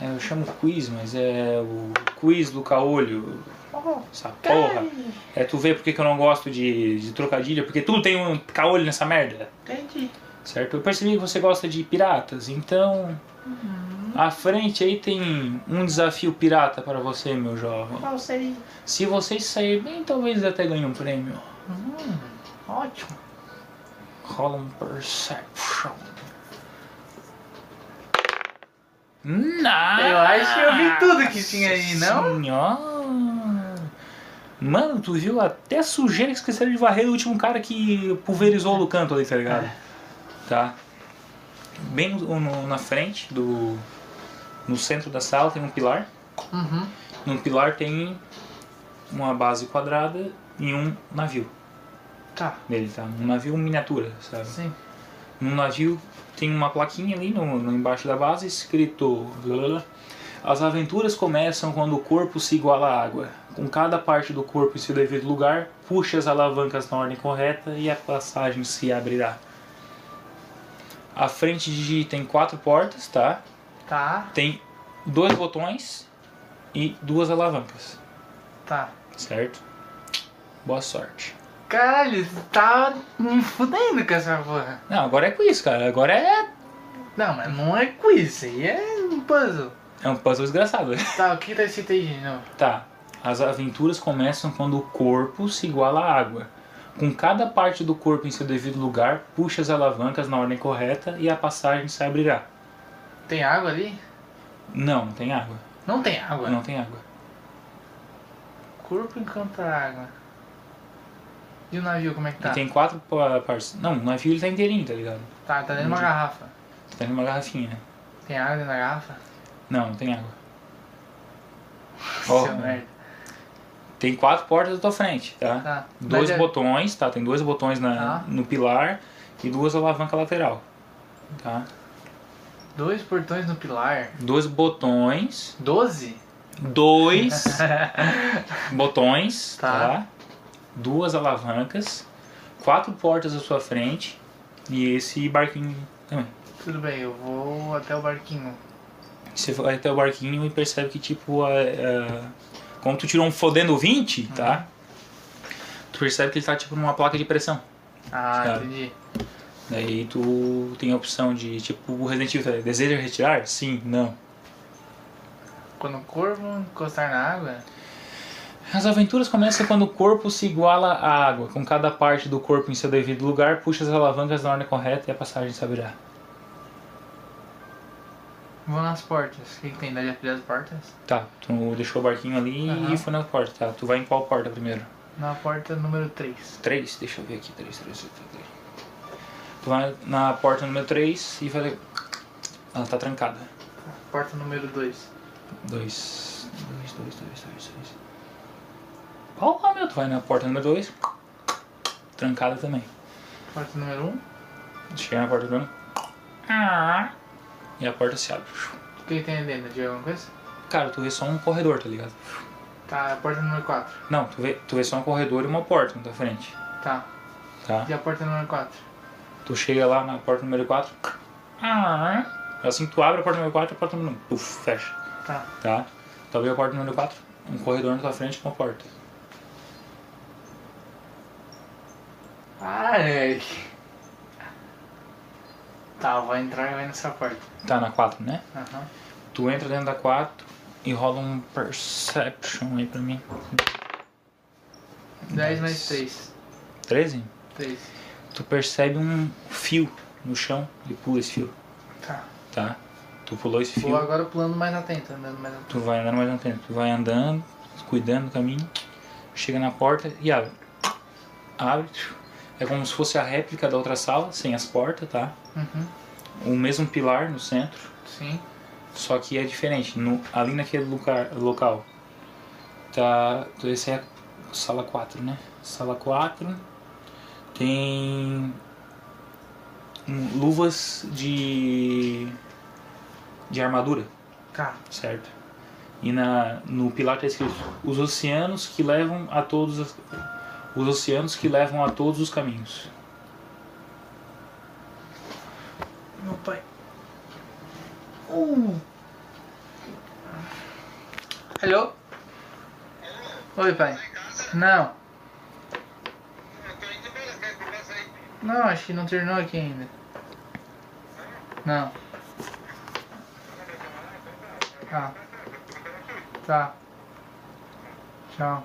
É, eu chamo quiz, mas é o quiz do caolho. Oh, Essa porra. cara. É, tu vê porque que eu não gosto de, de trocadilho, porque tudo tem um caolho nessa merda, Entendi. certo? Eu percebi que você gosta de piratas, então. À frente aí tem um desafio pirata para você, meu jovem. Qual seria? Se vocês saírem bem, talvez até ganhe um prêmio. Ótimo. Rola um perception. Não! Eu acho que eu vi tudo que tinha aí, não? Senhora. Mano, tu viu até sujeira que esqueceram de varrer o último cara que pulverizou o canto ali, tá ligado? É. Tá. Bem no- no- na frente do. No centro da sala tem um pilar. Uhum. No pilar tem uma base quadrada e um navio Tá, dele, tá? Um navio miniatura, sabe? sim. No navio tem uma plaquinha ali no, no embaixo da base escrito blá, blá, blá. As aventuras começam quando o corpo se iguala à água. Com cada parte do corpo em seu devido lugar, puxe as alavancas na ordem correta e a passagem se abrirá. À frente de tem quatro portas, tá? Tá, Tem dois botões e duas alavancas, tá. certo? Boa sorte. Caralho, você tá me fudendo com essa porra. Não, agora é quiz, cara. Agora é, Não, mas não é quiz, isso aí é um puzzle. é um puzzle desgraçado. Tá, o que tá escrito aí de novo? Tá. As aventuras começam quando o corpo se iguala à água. com cada parte do corpo em seu devido lugar, puxe as alavancas na ordem correta e a passagem se abrirá. Tem água ali? Não, não tem água. Não tem água. Não tem água. Corpo encanta a água. E o navio, como é que tá? E tem quatro pa- partes. Não, o navio ele tá inteirinho, tá ligado? Tá, tá dentro de uma Entendi. garrafa. Tá numa garrafinha, né? Tem água dentro da garrafa? Não, não tem água. Seu mano. merda. Tem quatro portas da tua frente, tá? Tá. Dois Mas é- botões, tá? Tem dois botões na, Tá. no pilar e duas alavancas lateral. Tá? Dois portões no pilar. Dois botões. Doze? Dois botões, Tá. tá. Duas alavancas. Quatro portas à sua frente. E esse barquinho também. Tudo bem, eu vou até o barquinho. Você vai até o barquinho e percebe que, tipo, a, a- como tu tirou um fodendo 20, tá? Tu percebe que ele tá, tipo, numa placa de pressão. Ah, Cara. entendi. Daí tu tem a opção de, tipo, o Resident Evil, tá? deseja retirar? Sim, não. Quando o corvo encostar na água, As aventuras começam quando o corpo se iguala à água, com cada parte do corpo em seu devido lugar, puxa as alavancas na ordem correta e a passagem se abrirá. vou nas portas. O que, que tem? Dá de abrir as portas? Tá, tu deixou o barquinho ali Aham. e foi na porta, tá? Tu vai em qual porta primeiro? Na porta número 3. Três? Deixa eu ver aqui, três, três, três, três. três. Tu vai na porta número 3 e vai... Ela tá trancada. Porta número 2. Dois. Dois, dois, dois, dois, dois. Qual lá, meu? Tu vai na porta número 2. Trancada também. Porta número 1. Um. Chega na porta do ano. E a porta se abre. O que, que tem ali dentro? Diga alguma coisa? Cara, tu vê só um corredor, tá ligado? Tá, porta número 4. Não, tu vê, tu vê só um corredor e uma porta na tua frente. Tá. Tá? E a porta número 4? Tu chega lá na porta número 4. Assim que tu abre a porta número 4, a porta número 1. Puf, fecha. Tá. Tá? Tu abriu a porta número 4, um corredor na tua frente com a porta. Ai. Tá, eu vou entrar e vai nessa porta. Tá na 4, né? Aham. Tu entra dentro da 4 e rola um Perception aí pra mim. 10 mais 3. 13? 3. Tu percebe um fio no chão e pula esse fio, Tá. tá? Tu pulou esse Vou fio, agora pulando mais atento, andando mais atento. tu vai andando mais um tempo. Tu vai andando, cuidando do caminho, chega na porta e abre. Abre. É como se fosse a réplica da outra sala, sem as portas, tá? Uhum. O mesmo pilar no centro. Sim. Só que é diferente. No, ali naquele lugar, local. Tá. Esse é a sala 4, né? Sala 4. Tem. hum, Luvas de. de armadura, Tá. certo? E na, no pilar tá escrito: Os oceanos que levam a todos. as- os oceanos que levam a todos os caminhos. Meu pai. Um. Uh, Alô? Oi, pai. Não. Não, acho que não terminou aqui ainda. Não. Tá. Tá. Tchau.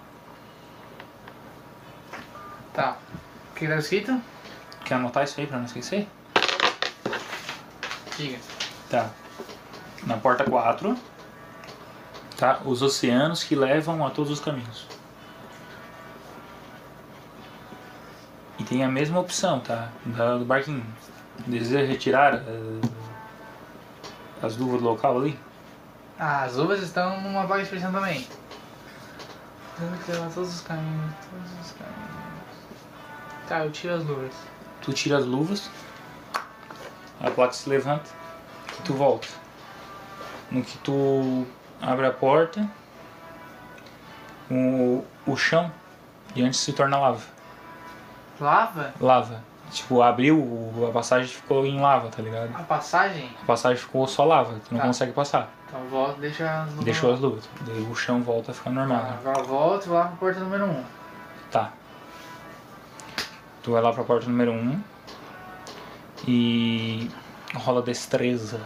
Tá. O que tá escrito? Quer anotar isso aí pra não esquecer? Diga. Tá. Na porta 4. Tá? Os oceanos que levam a todos os caminhos. E tem a mesma opção, tá? Da, do barquinho. Deseja retirar eh, as luvas do local ali? Ah, as uvas estão numa vaga de expressão também. Temos que levar todos os caminhos, todos os caminhos. Tá, eu tiro as luvas. Tu tira as luvas, a placa se levanta e tu volta. No que tu abre a porta, o, o chão de antes se torna lava. Lava? Lava. Tipo, abriu, o- a passagem ficou em lava, tá ligado? A passagem? A passagem ficou só lava, tu não Tá. consegue passar. Então volta, deixa as luvas. Deixou as luvas, daí o chão volta a ficar normal. Ah, né? Agora volta lá pra porta número 1. Um. Tá. Tu vai lá pra porta número 1 um, e rola destreza.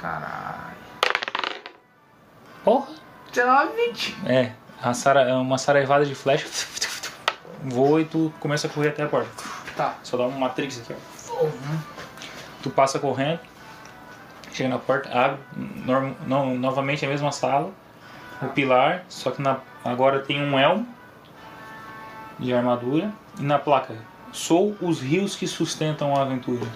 Caralho. Porra! 19, 20. É, a sara- é uma saraivada de flecha voa e tu começa a correr até a porta. Tá. Só dá uma matrix aqui, ó. Tu passa correndo, chega na porta, abre, norm- não, novamente a mesma sala, o pilar, só que na, agora tem um elmo de armadura e na placa, sou os rios que sustentam a aventura.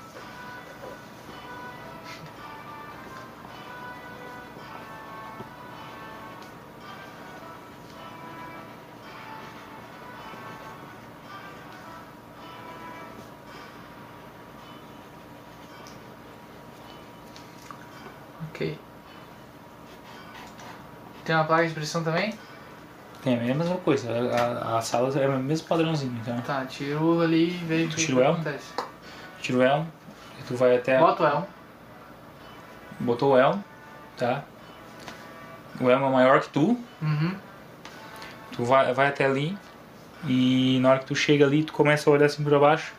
Ok. Tem uma placa de pressão também? Tem a mesma coisa, a, a- a sala é o mesmo padrãozinho, então Tá, tirou ali e veio Tu ver o tirou que ela? acontece. tira o elmo, e tu vai até... a- Bota o elmo. Botou o elmo, tá? O elmo é maior que tu, Uhum. Tu vai, vai até ali e na hora que tu chega ali, tu começa a olhar assim pra baixo.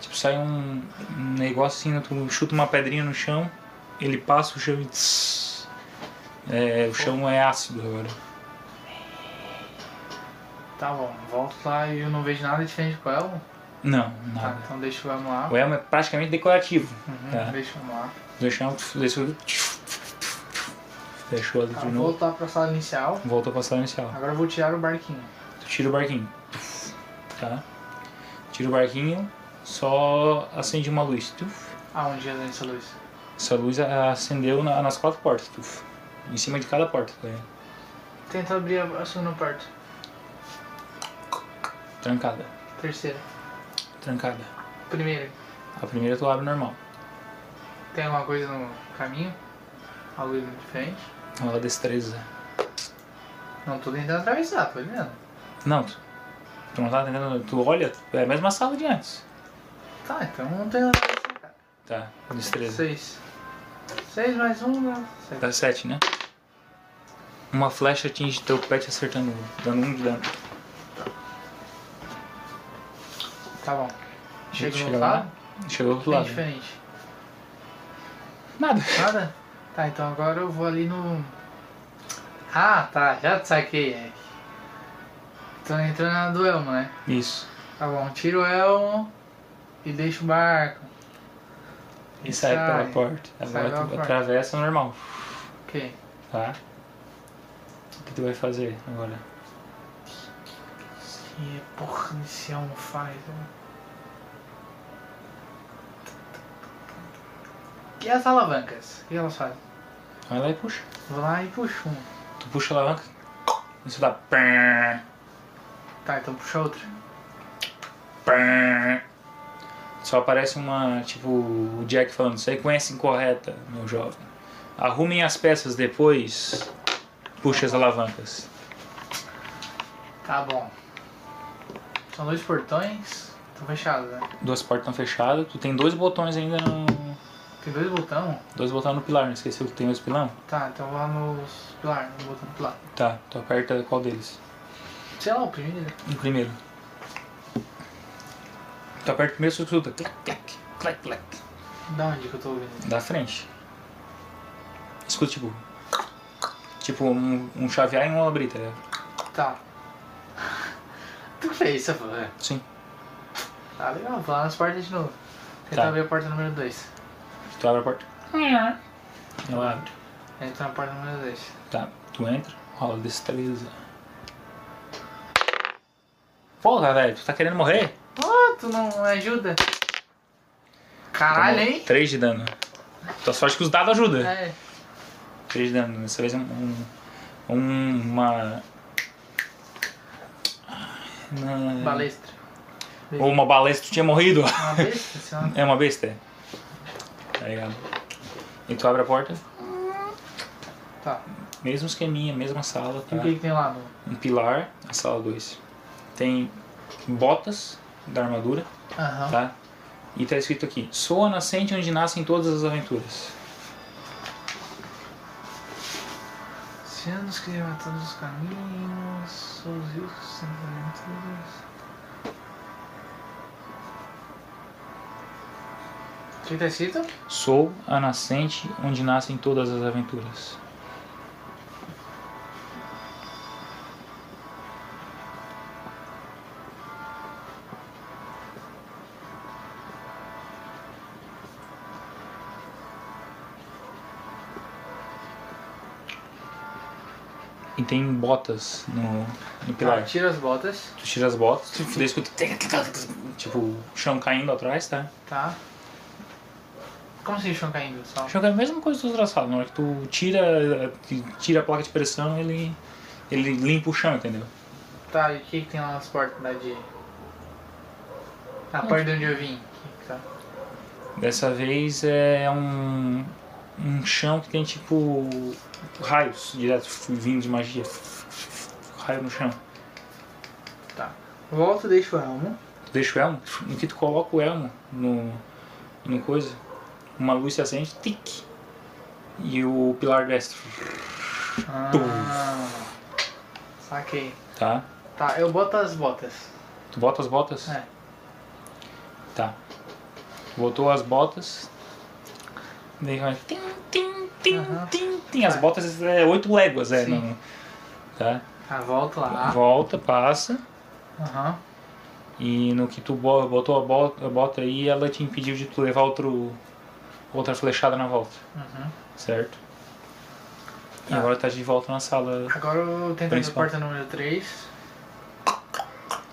Tipo, sai um, um negócio assim, né? tu chuta uma pedrinha no chão, ele passa o chão e. tss. É, o chão é ácido agora. Tá bom, volto lá e eu não vejo nada diferente com o elmo. Não, Tá, nada. então deixa o elmo lá. O elmo é praticamente decorativo. Uhum, Tá. Deixa o elmo lá. Deixou, deixou, deixou ali Tá, de vou novo. voltar pra sala inicial. Voltou pra sala inicial. Agora eu vou tirar o barquinho. Tu tira o barquinho. Tá? Tira o barquinho, só acende uma luz. Tuf. Aonde é essa luz? Essa luz acendeu na- nas quatro portas, tuf. em cima de cada porta. Tá? ligado? Tenta abrir a a segunda porta. Trancada, Terceira. trancada. Primeira. A primeira tu abre normal. Tem alguma coisa no caminho? Algo diferente? Ela destreza. Não tô tentando atravessar, tô olhando. Não, tu, tu não tá entendendo. Tu olha, é a mesma sala de antes. Tá, então não tem nada a ver, cara. Tá, destreza. Seis. Seis mais um, dá sete. Dá sete, né? Uma flecha atinge teu pé te acertando, dando um de dano. Tá bom. Chega no Chega outro lá, lado? Chegou do outro Bem lado. diferente. Nada. Nada? Tá, então agora eu vou ali no. Ah, tá, já te saquei. É. Tô entrando na do Elmo, né? Isso. Tá bom, tiro o Elmo e deixo o barco. E sai pela porta. Sai pela Agora tu porta. atravessa normal. Ok. Tá? O que tu vai fazer agora? Que porra esse Elmo faz, né? E as alavancas? O que elas fazem? Vai lá e puxa. Vou lá e puxo um. Tu puxa a alavanca. Isso dá. pá, Tá, então puxa outra. pá. Só aparece uma, tipo, o Jack falando, sequência incorreta, meu jovem. Arrumem as peças depois. Puxa as alavancas. Tá bom. São dois portões. Estão fechados, né? Duas portas estão fechadas. Tu tem dois botões ainda no. Tem dois botões. Dois botões no pilar, não esqueceu que tem dois pilão? Tá, então vou lá nos pilar, no botão do pilar. Tá, tu aperta qual deles? Sei lá, o né? primeiro. O primeiro. Tu aperta o primeiro isso tudo. Clac, clac, clac, clac. Da onde que eu tô ouvindo? Da frente. Escuta, tipo. Tipo, um, um chavear e um abrir, tá ligado? Tá. tu que fez isso, velho? Sim. Tá legal, vou lá nas portas de novo. Tentar Tá. abrir a porta número 2. Tu abre a porta. Mm. Ela abre. Entra na porta número 2. Tá. Tu entra, rola destreza. Porra, velho, tu tá querendo morrer? Ah, tu não ajuda? Caralho, hein? 3 de dano. Tua sorte que os dados ajudam. É. 3 de dano. Dessa vez é um. um- um- uma. Uma- Balestra. Ou uma balestra, tu tinha morrido. Uma besta, assim, sei lá. É uma besta? Tá ligado? E tu abre a porta, Tá. mesmo esqueminha, mesma sala, tá? E o que, que tem lá no. Um pilar, a sala 2. Tem botas da armadura, Aham. tá? E tá escrito aqui, sou a nascente onde nascem todas as aventuras. Se eu nos criava todos os caminhos, sou os rios que sempre aventuras. O que tá escrito? Sou a nascente onde nascem todas as aventuras. E tem botas no, no Ela pilar. tira as botas, Tu tira as botas, tu daí escuta. Tipo, o chão caindo atrás, tá? tá? Como assim o chão caindo? Só... O chão cai a mesma coisa do outro traçado. Na hora que tu tira, tira a placa de pressão, ele, ele limpa o chão, entendeu? Tá, e o que, que tem lá nas portas da de. Na parte de onde eu vim? Que que tá? Dessa vez é um, um chão que tem tipo raios direto vindo de magia. Raio no chão. Volto, deixo Tá. o elmo. Tu deixa o elmo, no que tu coloca o elmo no, no coisa, uma luz se acende, tic, e o pilar desce, Ah, saquei. tá? Tá, eu boto as botas. Tu bota as botas? É. Tá. Tu botou as botas, daí vai tim, tim, tim, Aham. tim, tim. As Vai. botas é oito léguas, é, Sim. não, tá? Tá, volto lá. Volta, passa, Aham. e no que tu bo- botou a bota, a bota aí, ela te impediu de tu levar outro, outra flechada na volta. Uhum. Certo. E Tá. agora tá de volta na sala Agora eu tento abrir a Principal. porta número 3.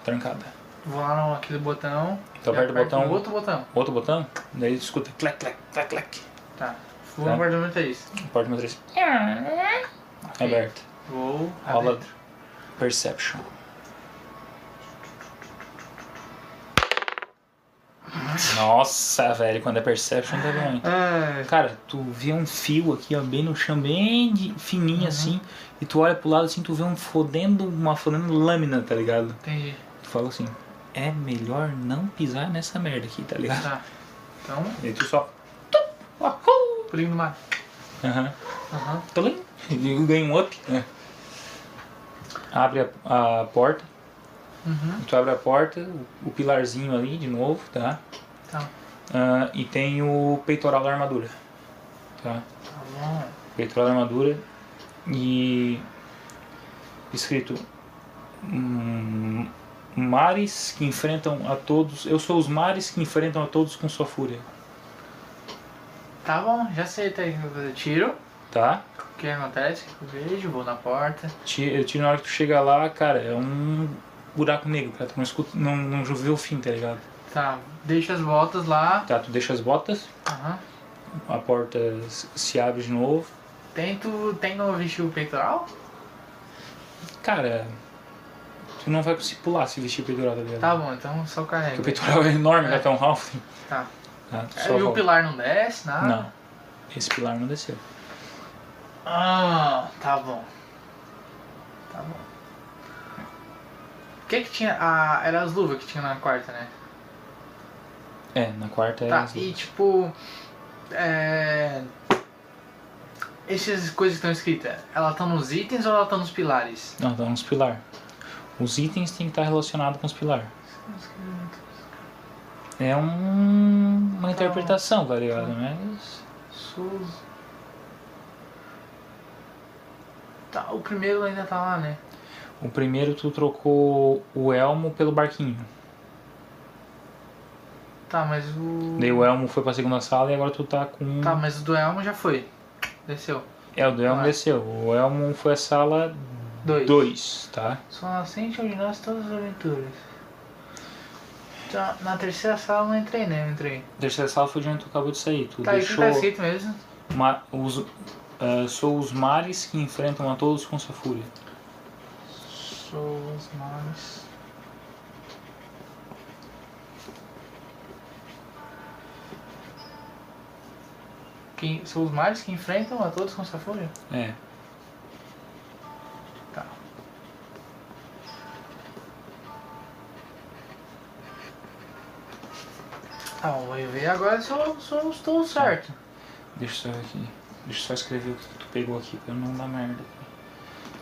trancada. Vou lá no aquele botão. Tu e Então aperta o aperto botão, no outro, É, um outro botão. botão, daí tu escuta clac, clac, clac, clac. Tá. Vou Tá. no porta número 3. Porta número 3. Mm. Aberto. Vou. Rola. adentro. Perception. Nossa, velho, quando é Perception tá bem. Ah, Cara, tu vê um fio aqui, ó, bem no chão, bem de- fininho assim, e tu olha pro lado assim, tu vê um fodendo, uma fodendo lâmina, tá ligado? entendi. Tu fala assim, é melhor não pisar nessa merda aqui, tá ligado? Tá. Então, E tu só. pulinho no mar. Aham. Aham. Tling. E ganha um up. né? Abre a, a porta. Uhum. Tu abre a porta, o, o pilarzinho ali de novo, tá? Tá. Ah, e tem o peitoral da armadura. Tá? Tá bom. Peitoral da armadura. E. Escrito. hum, mares que enfrentam a todos. Eu sou os mares que enfrentam a todos com sua fúria. Tá bom, já sei tá aí que eu vou fazer tiro. Tá? O que acontece? Eu vejo, vou na porta. Ti- Eu tiro na hora que tu chega lá, cara, é um buraco negro, cara. Tu não escuta, não, não vê o fim, tá ligado? Tá, deixa as botas lá. Tá, tu deixa as botas, Aham. a porta s- se abre de novo. Tento. Tem no vestir o peitoral? Cara, tu não vai conseguir pular se vestir o peitoral, tá ligado? Tá bom, então só Porque carrega. o peitoral é enorme, né? Tem um half. Tá. Tá, tu É, só e o volta. pilar não desce, nada? Não, esse pilar não desceu. Ah, tá bom. Tá bom. O que que tinha? Ah, era as luvas que tinha na quarta, né? É, na quarta é tá, azul. e tipo. É. Essas coisas que estão escritas, elas estão nos itens ou elas estão nos pilares? Não, tá nos pilar. Os itens têm que estar relacionados com os pilar. É um- uma interpretação, tá ligado? Mas... Souza. Tá, o primeiro ainda tá lá, né? O primeiro tu trocou o elmo pelo barquinho. Tá, mas o. Daí o elmo foi pra segunda sala e agora tu tá com. Tá, mas o do Elmo já foi. Desceu. É, o do elmo Ah. desceu. O elmo foi a sala Dois. 2, tá? Só nascente onde nós todas as aventuras. Tá, na terceira sala eu não entrei, né? Eu entrei. A terceira sala foi de onde tu acabou de sair. Tu Tá, e o que deixou. tá escrito mesmo? ma- os, ah, sou os mares que enfrentam a todos com sua fúria. Sou os mares. Quem, são os mares que enfrentam a todos com sua fúria? É. Tá. Tá, bom, eu ver agora se eu, se eu estou certo. Deixa eu só ver aqui. Deixa eu só escrever o que tu pegou aqui pra não dar merda.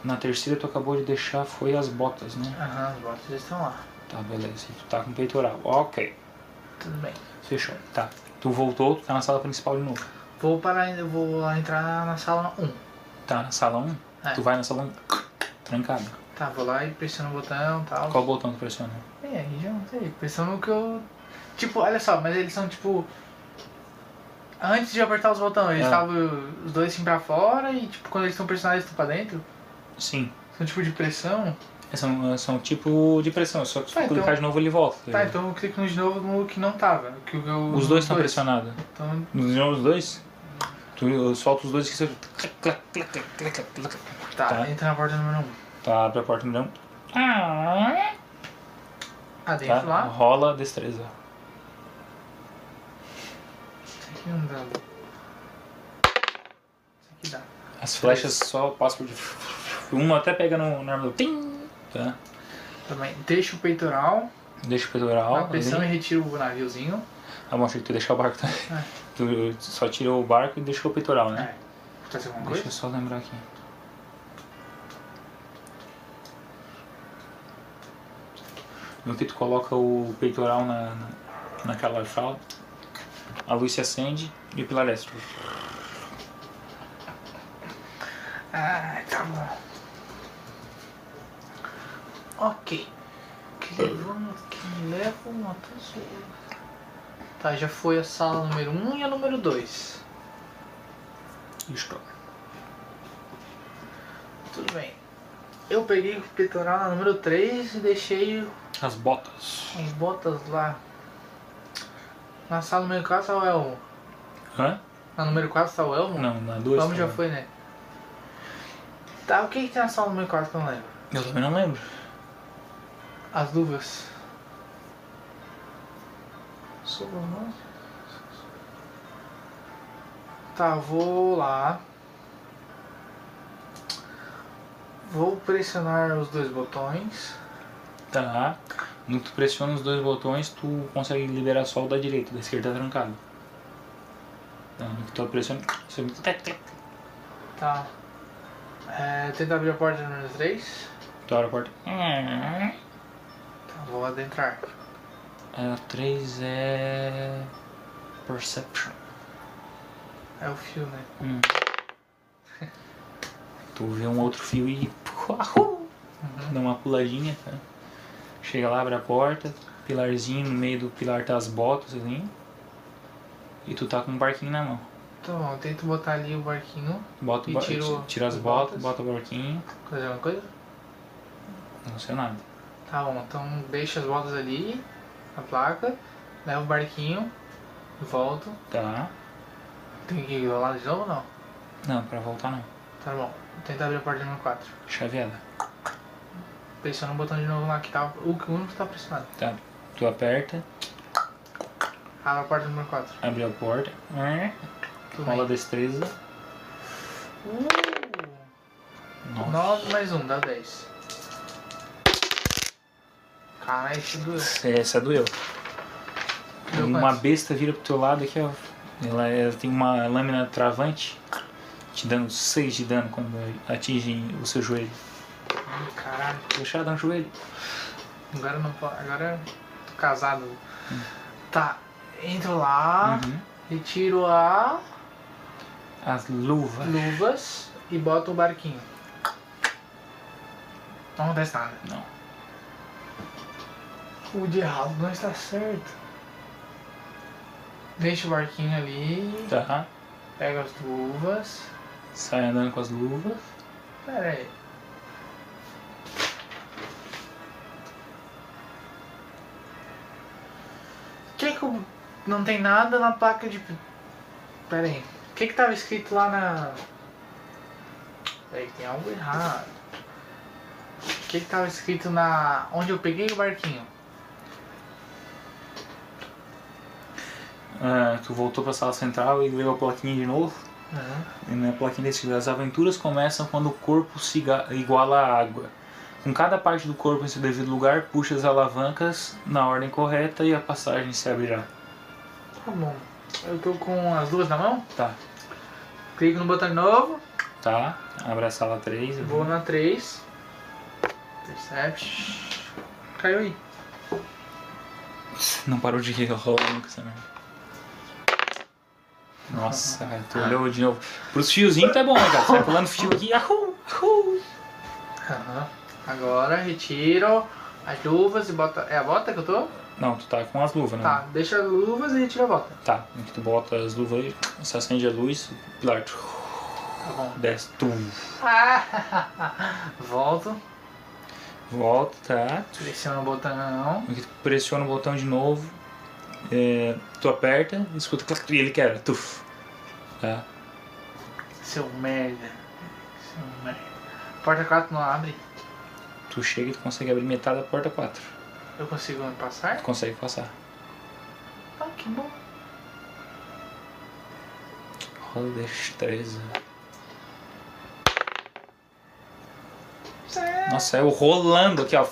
Na terceira tu acabou de deixar foi as botas, né? Aham, as botas já estão lá. Tá, beleza. E tu tá com peitoral. Ok. Tudo bem. Fechou. Tá. Tu voltou, tu tá na sala principal de novo. Vou parar, eu vou lá entrar na sala 1. Tá na sala 1? É. Tu vai na sala 1 trancado. Tá, vou lá e pressiono o botão e tal. Qual botão tu pressiona? É, aí já não sei. Pensando no que eu. Tipo, olha só, mas eles são tipo. Antes de apertar os botões, eles Ah. estavam os dois assim pra fora e, tipo, quando eles estão pressionados, eles estão pra dentro. Sim. É, São tipo de pressão. São, são tipo de pressão, só que se Tá, clicar então- de novo ele volta. Tá, então eu clico no de novo no que não tava. no Que eu, Os dois estão pressionados. Então, De novo os dois? Tu solta os dois que você. tá, Tá. entra na porta número 1. Um. Tá, abre a porta não. Mm. Ah, dentro Tá, lá. rola destreza. Isso aqui é não dá. Isso aqui dá. As flechas só passam por. Uma até pega no, no armador. Tim! Tá. Também deixa o peitoral, Deixa o dá peitoral. pressão ali. e retira o naviozinho. Ah, bom, achei que tu ia deixar o barco também. Ah. Tu só tirou o barco e deixou o peitoral, né? É. Aconteceu alguma Deixa eu coisa? só lembrar aqui. No que tu coloca o peitoral na, na, naquela fralda, a luz se acende e o pilar desce. Ah, tá bom. Ok. Que levamos que me levam até o sul. Tá, já foi a sala número 1 um e a número 2. Isto. Tudo bem. Eu peguei o peitoral na número 3 e deixei As botas. as botas lá. Na sala número 4 tá o Elmo. Hã? Na número 4 tá o Elmo? Não, na O duas. Elmo já tá. foi, né? Tá, o que que tem na sala número 4 que eu não lembro? Eu também não lembro. As luvas. Tá, vou lá. Vou pressionar os dois botões. Tá. No que tu pressiona os dois botões, tu consegue liberar só o da direita, o da esquerda tá trancado. Tá, no que tu pressiona. Você... Mm. Tá. É, tenta abrir a porta número 3. Tu abre a porta. Mm. Tá, vou adentrar. É, 3 é. Perception. É o fio, né? Tu vê um outro fio e. Uau! Dá uma puladinha, tá? Chega lá, abre a porta, pilarzinho, no meio do pilar tá as botas assim. E tu tá com um barquinho na mão. Então, eu tento botar ali o barquinho. Bota o E ba- tira o- tira as as botas, botas. bota o barquinho, Fazer alguma coisa? não funciona nada. Tá bom, então deixa as botas ali na placa. Leva o barquinho. Volto. Tá. Tem que ir lá de novo ou não? Não, pra voltar não. Tá bom. Tenta abrir a porta número 4. Chaveada. Pressiona o botão de novo lá que tá. O que o único que tá pressionado. Tá. Tu aperta, Abre a porta número 4. abre a porta. Tudo Rola bem. destreza. Uh, Nossa. 9 mais 1, dá 10. Caralho, isso doeu. Essa doeu. Deu Uma quantos? besta vira pro teu lado aqui, ó. Ela, é, ela tem uma lâmina travante, te dando 6 de dano quando atinge o seu joelho. Ih, Caralho, Deixar dar um joelho. agora eu não posso. Agora eu tô casado. Tá, entro lá, Uhum. retiro a As luvas. luvas e boto o barquinho. Não acontece nada. Não. O de errado não está certo. Deixa o barquinho ali, Tá. pega as luvas. Sai andando com as luvas. Pera aí. Que que eu... não tem nada na placa de... Pera aí. O que que tava escrito lá na... Pera aí, tem algo errado. O que que tava escrito na... Onde eu peguei o barquinho? Ah, tu voltou pra sala central e leu a plaquinha de novo. E na plaquinha desse as aventuras começam quando o corpo se ga- iguala à água. Com cada parte do corpo em seu devido lugar, puxa as alavancas na ordem correta e a passagem se abrirá. Tá bom. Eu tô com as duas na mão. Tá. Clico no botão de novo. Tá, abre a sala 3. Vou na 3. Percept. Caiu aí. Não parou de rolar nunca essa merda. Nossa, cara, tu olhou de novo. Pros fiozinhos tá bom, né, cara? Tu vai pulando fio aqui. Ahu, ahu. Aham. Agora retiro as luvas e bota. É a bota que eu tô? Não, tu tá com as luvas, né? Então Tá, deixa as luvas e retira a bota. Tá, em que tu bota as luvas aí, você acende a luz, o pilar. tchu, Tá bom. Desce. Tum. Ah, volto. Volta, tá? Seleciona o botão. Tu Pressiona o botão de novo. É, tu aperta, escuta clac, e ele quebra. Tuf. Tá? Seu merda. Seu merda. Porta 4 não abre. Tu chega e tu consegue abrir metade da porta 4. Eu consigo passar? Tu consegue passar. Ah, que bom. Rola destreza. É. Nossa, saiu rolando aqui, ó.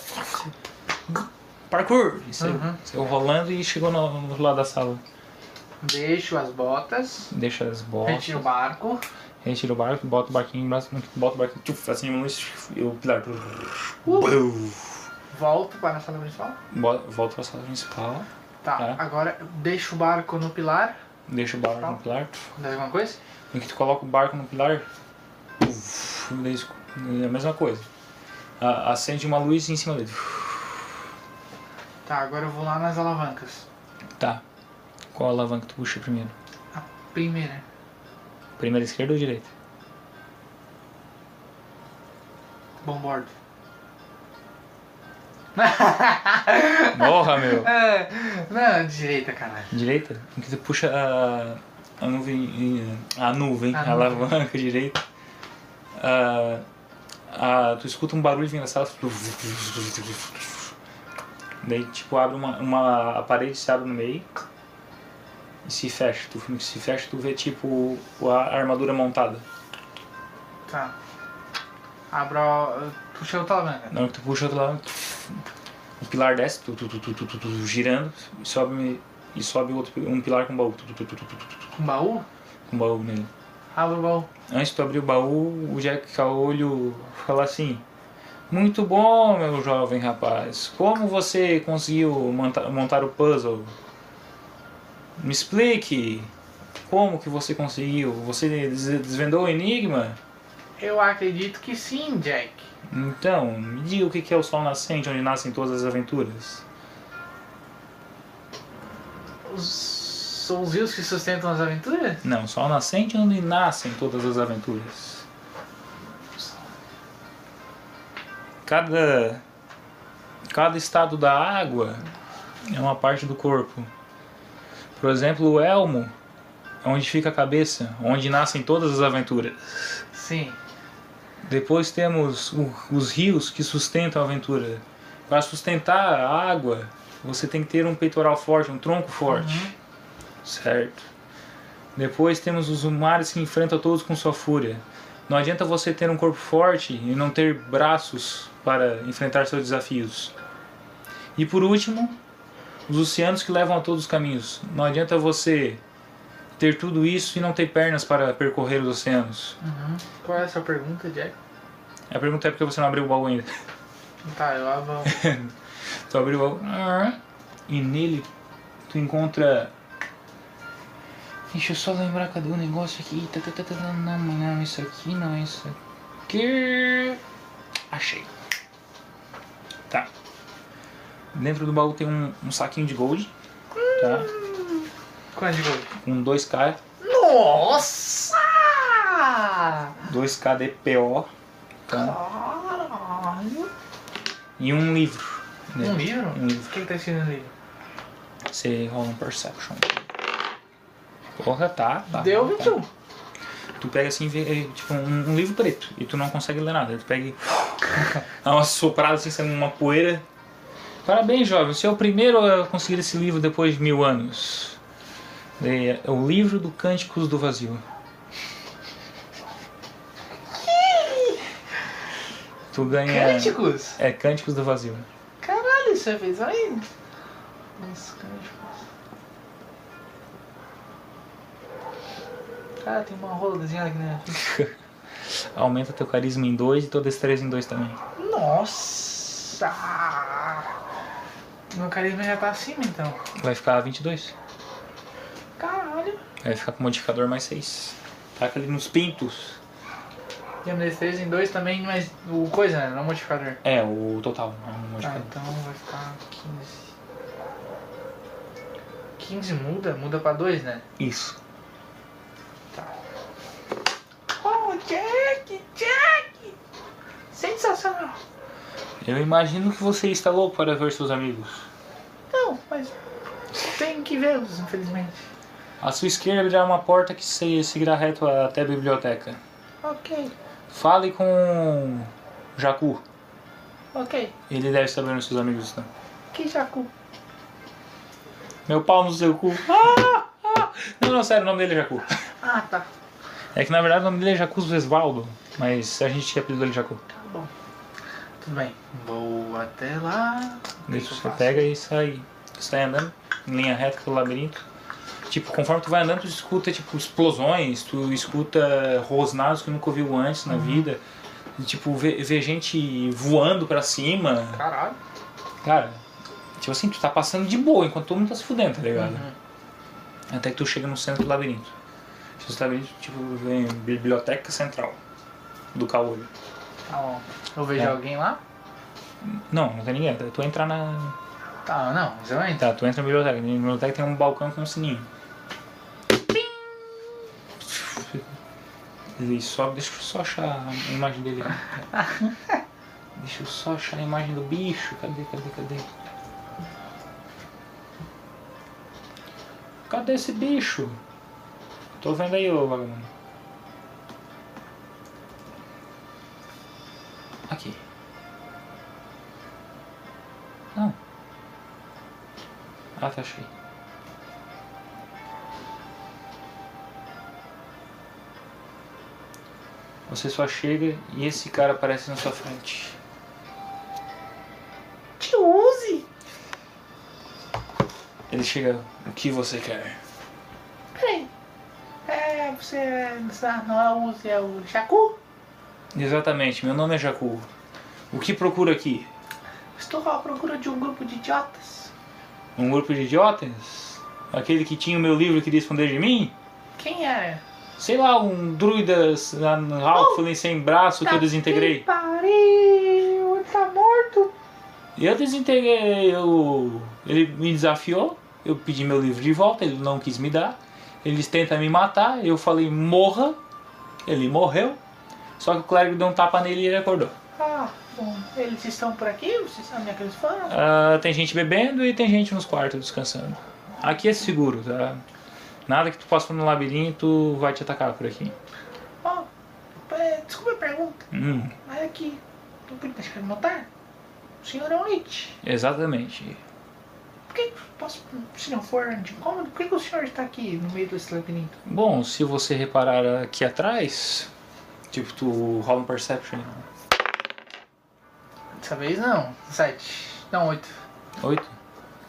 Parkour! E Saiu, Uhum. saiu rolando e chegou no, no outro lado da sala. Deixo as botas. Deixa as bolas. Retiro o barco. Retira o barco, bota o barquinho, bota bota o barquinho, tchuf, acende a luz e o pilar. Uh! Volto para a sala principal. Bo- Volta pra sala principal, Tá, Tá. agora eu deixo o barco no pilar. deixa o barco no pilar. Acontece alguma coisa? Em que tu coloca o barco no pilar, uf, daí esco- é a mesma coisa. A- Acende uma luz em cima dele. Tá, agora eu vou lá nas alavancas. Tá. Qual a alavanca tu puxa primeiro? A primeira. Primeira esquerda ou direita? Bombordo. Morra, meu! Ah, não, direita, caralho. Direita? Em que tu puxa a, a nuvem. A nuvem, A a, nuvem. alavanca direita. Ah, ah, tu escuta um barulho vindo da sala. Daí, tipo, abre uma, uma. A parede se abre no meio e se fecha. Tu filme que se fecha, tu vê, tipo, a armadura montada. Tá. Abro. a- Puxei outra alavanca. Na hora que tu puxa outro lado, o pilar desce, tu, tu, tu, tu, tu, tu, tu, girando, e sobe, e sobe outro, um pilar com baú. Tu, tu, tu, tu, tu, tu, tu, tu, Com Um baú? com um baú nele. Abro o baú. Antes de tu abrir o baú, o Jack Caolho fala assim: Muito bom, meu jovem rapaz. Como você conseguiu monta- montar o puzzle? Me explique. Como que você conseguiu? Você des- desvendou o enigma? Eu acredito que sim, Jack. Então, me diga o que que é o Sol Nascente, onde nascem todas as aventuras. Os... São os rios que sustentam as aventuras? Não, Sol Nascente, é onde nascem todas as aventuras. Cada cada estado da água é uma parte do corpo. Por exemplo, o elmo é onde fica a cabeça, onde nascem todas as aventuras. Sim. Depois temos o- os rios que sustentam a aventura. Para sustentar a água, você tem que ter um peitoral forte, um tronco forte. Certo. Depois temos os mares que enfrentam todos com sua fúria. Não adianta você ter um corpo forte e não ter braços para enfrentar seus desafios. E por último, os oceanos que levam a todos os caminhos. Não adianta você ter tudo isso e não ter pernas para percorrer os oceanos. Uhum. Qual é a sua pergunta, Jack? A pergunta é por que você não abriu o baú ainda. Tá, eu abro. Tu abriu o baú. Ah. E nele tu encontra. Deixa eu só lembrar cadê o negócio aqui. Tá, tá, tá, tá, Não, não, não, isso aqui não é isso aqui. Achei. Tá. Dentro do baú tem um, um saquinho de gold. Tá? Quanto de gold? Com 2K. Nossa! 2K DPO. Tá? Caralho! E um livro. né? Um livro? Um livro. O que, que tá escrito no livro? Você rola um perception. Porra, tá. tá Deu tá. 21. Tu pega assim, vê, é, tipo, um, um livro preto e tu não consegue ler nada. Tu pega e dá uma soprada assim, saindo uma poeira. Parabéns, jovem. Você é o primeiro a conseguir esse livro depois de mil anos. É, é o livro do Cânticos do Vazio. tu ganha. Cânticos? É Cânticos do Vazio. Caralho, você fez ainda? Nossa, cânticos. Cara, tem uma rola né? desenhada aqui na minha frente. Aumenta teu carisma em dois e tua destreza em dois também. Nossa! Meu carisma já tá acima então. Vai ficar 22. Caralho! Vai ficar com modificador mais 6. Taca ali nos pintos. E a destreza em dois também, mas o coisa, né? Não o modificador. É, o total, não é um Tá, modificador. então vai ficar 15. 15 muda? Muda pra 2, né? Isso. Oh, Jack! sensacional. Eu imagino que você está louco para ver seus amigos. Não, mas tem que vê-los, infelizmente. À sua esquerda há uma porta que se seguirá reto até a biblioteca. Ok, Fale com Jacu. ok. Ele deve saber onde seus amigos estão. Que jacu. Meu pau no seu cu. Ah, ah. Não, não, sério, o nome dele é Jacu. Ah, tá. É que na verdade o nome dele é Jacu Vesvaldo, mas a gente apelidou ele Jacu. Tá bom. Tudo bem. Vou até lá. Deixa eu você faço. pega e sai. Sai andando em linha reta pelo labirinto. Tipo, conforme tu vai andando, tu escuta tipo explosões, tu escuta rosnados que nunca ouviu antes na vida. E, tipo, vê, vê gente voando pra cima. Caralho. Cara, tipo assim, tu tá passando de boa enquanto todo mundo tá se fudendo, tá Uhum. ligado? Até que tu chega no centro do labirinto. Esse labirinto, tipo, vem biblioteca central do Caolho. Tá bom. Eu vejo É. alguém lá? Não, não tem ninguém. Tu entrar na, Tá, não. Você vai entrar. Tá, tu entra na biblioteca. Na biblioteca tem um balcão com um sininho. Ele sobe, deixa eu só achar a imagem dele. deixa eu só achar a imagem do bicho. Cadê, cadê, cadê? Cadê esse bicho? Tô vendo aí, ô vagabundo. Aqui. Não. Ah, tá cheio. Você só chega e esse cara aparece na sua frente. Te use! Ele chega, o que você quer? Peraí. É, você é- não é o Uzi, é o Jacu? Exatamente, meu nome é Jacu. O que procura aqui? Estou à procura de um grupo de idiotas. Um grupo de idiotas? Aquele que tinha o meu livro e queria esconder de mim? Quem é? Sei lá, um druida ah, Alflin sem braço tá que eu desintegrei. Tá Que pariu, ele tá morto. Eu desintegrei, eu... ele me desafiou, eu pedi meu livro de volta, ele não quis me dar. Eles tentam me matar, eu falei morra, ele morreu. Só que o clérigo deu um tapa nele e ele acordou. Ah, bom, eles estão por aqui? Vocês sabem onde é que eles foram? Ah, tem gente bebendo e tem gente nos quartos descansando. Aqui é seguro, tá? Nada que tu possa no labirinto vai te atacar por aqui. Ó, é, desculpa a pergunta, Hum, mas aqui, não pude deixar de notar. O senhor é um lich. exatamente. Por que, posso, se não for de incômodo, por que, que o senhor está aqui no meio desse labirinto? Bom, se você reparar aqui atrás, tipo tu rola um perception. Dessa vez não. Sete. Não, oito. Oito?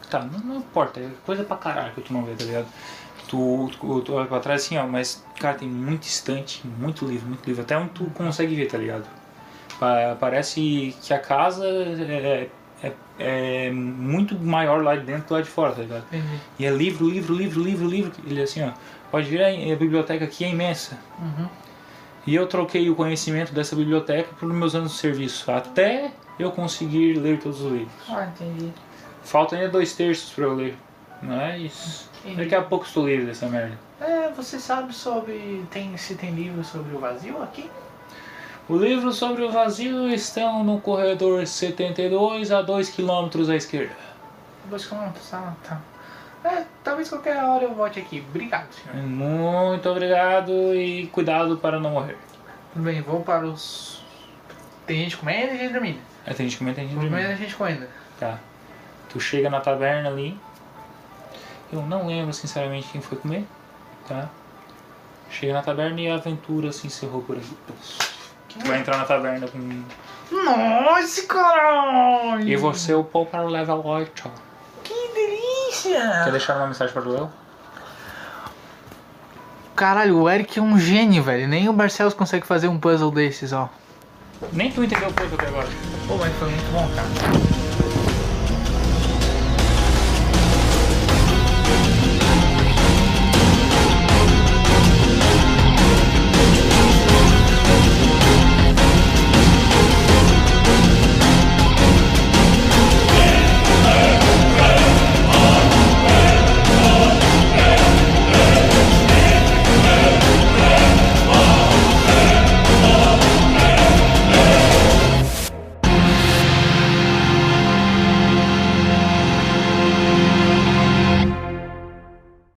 Tá, não, não importa, é coisa pra caralho que tu não vê, tá ligado? Tu, tu, tu olha pra trás assim, ó, mas, cara, tem muito estante, muito livro, muito livro, até onde tu consegue ver, tá ligado? Pa- parece que a casa é, é, é muito maior lá de dentro do lado de fora, tá ligado? Entendi. E é livro, livro, livro, livro, livro, ele assim, ó, pode vir, a, a biblioteca aqui é imensa. Uhum. E eu troquei o conhecimento dessa biblioteca por meus anos de serviço, até eu conseguir ler todos os livros. Ah, entendi. Falta ainda dois terços pra eu ler. Mas. Entendi. Daqui a pouco estou livre dessa merda. É, você sabe sobre, tem, se tem livro sobre o vazio aqui? O livro sobre o vazio estão no corredor 72 a 2 km à esquerda. Dois quilômetros. Ah, tá. É, talvez qualquer hora eu volte aqui. Obrigado, senhor. É. Muito obrigado e cuidado para não morrer. Tudo bem, vamos para os. Tem gente comendo e gente dormindo. Aí tem gente comentando Vamos comendo de e gente comendo. Tá. Tu chega na taverna ali. Eu não lembro sinceramente quem foi comer. Tá? Chega na taverna e a aventura se encerrou por aqui. Tu vai entrar na taverna com. Nossa, caralho! E você upou para o level 8. Que Quer delícia! deixar uma mensagem para o Léo? Caralho, o Eric é um gênio, velho. Nem o Barcelos consegue fazer um puzzle desses, ó. Nem tu entendeu o ponto até agora. Pô, mas foi muito bom, cara.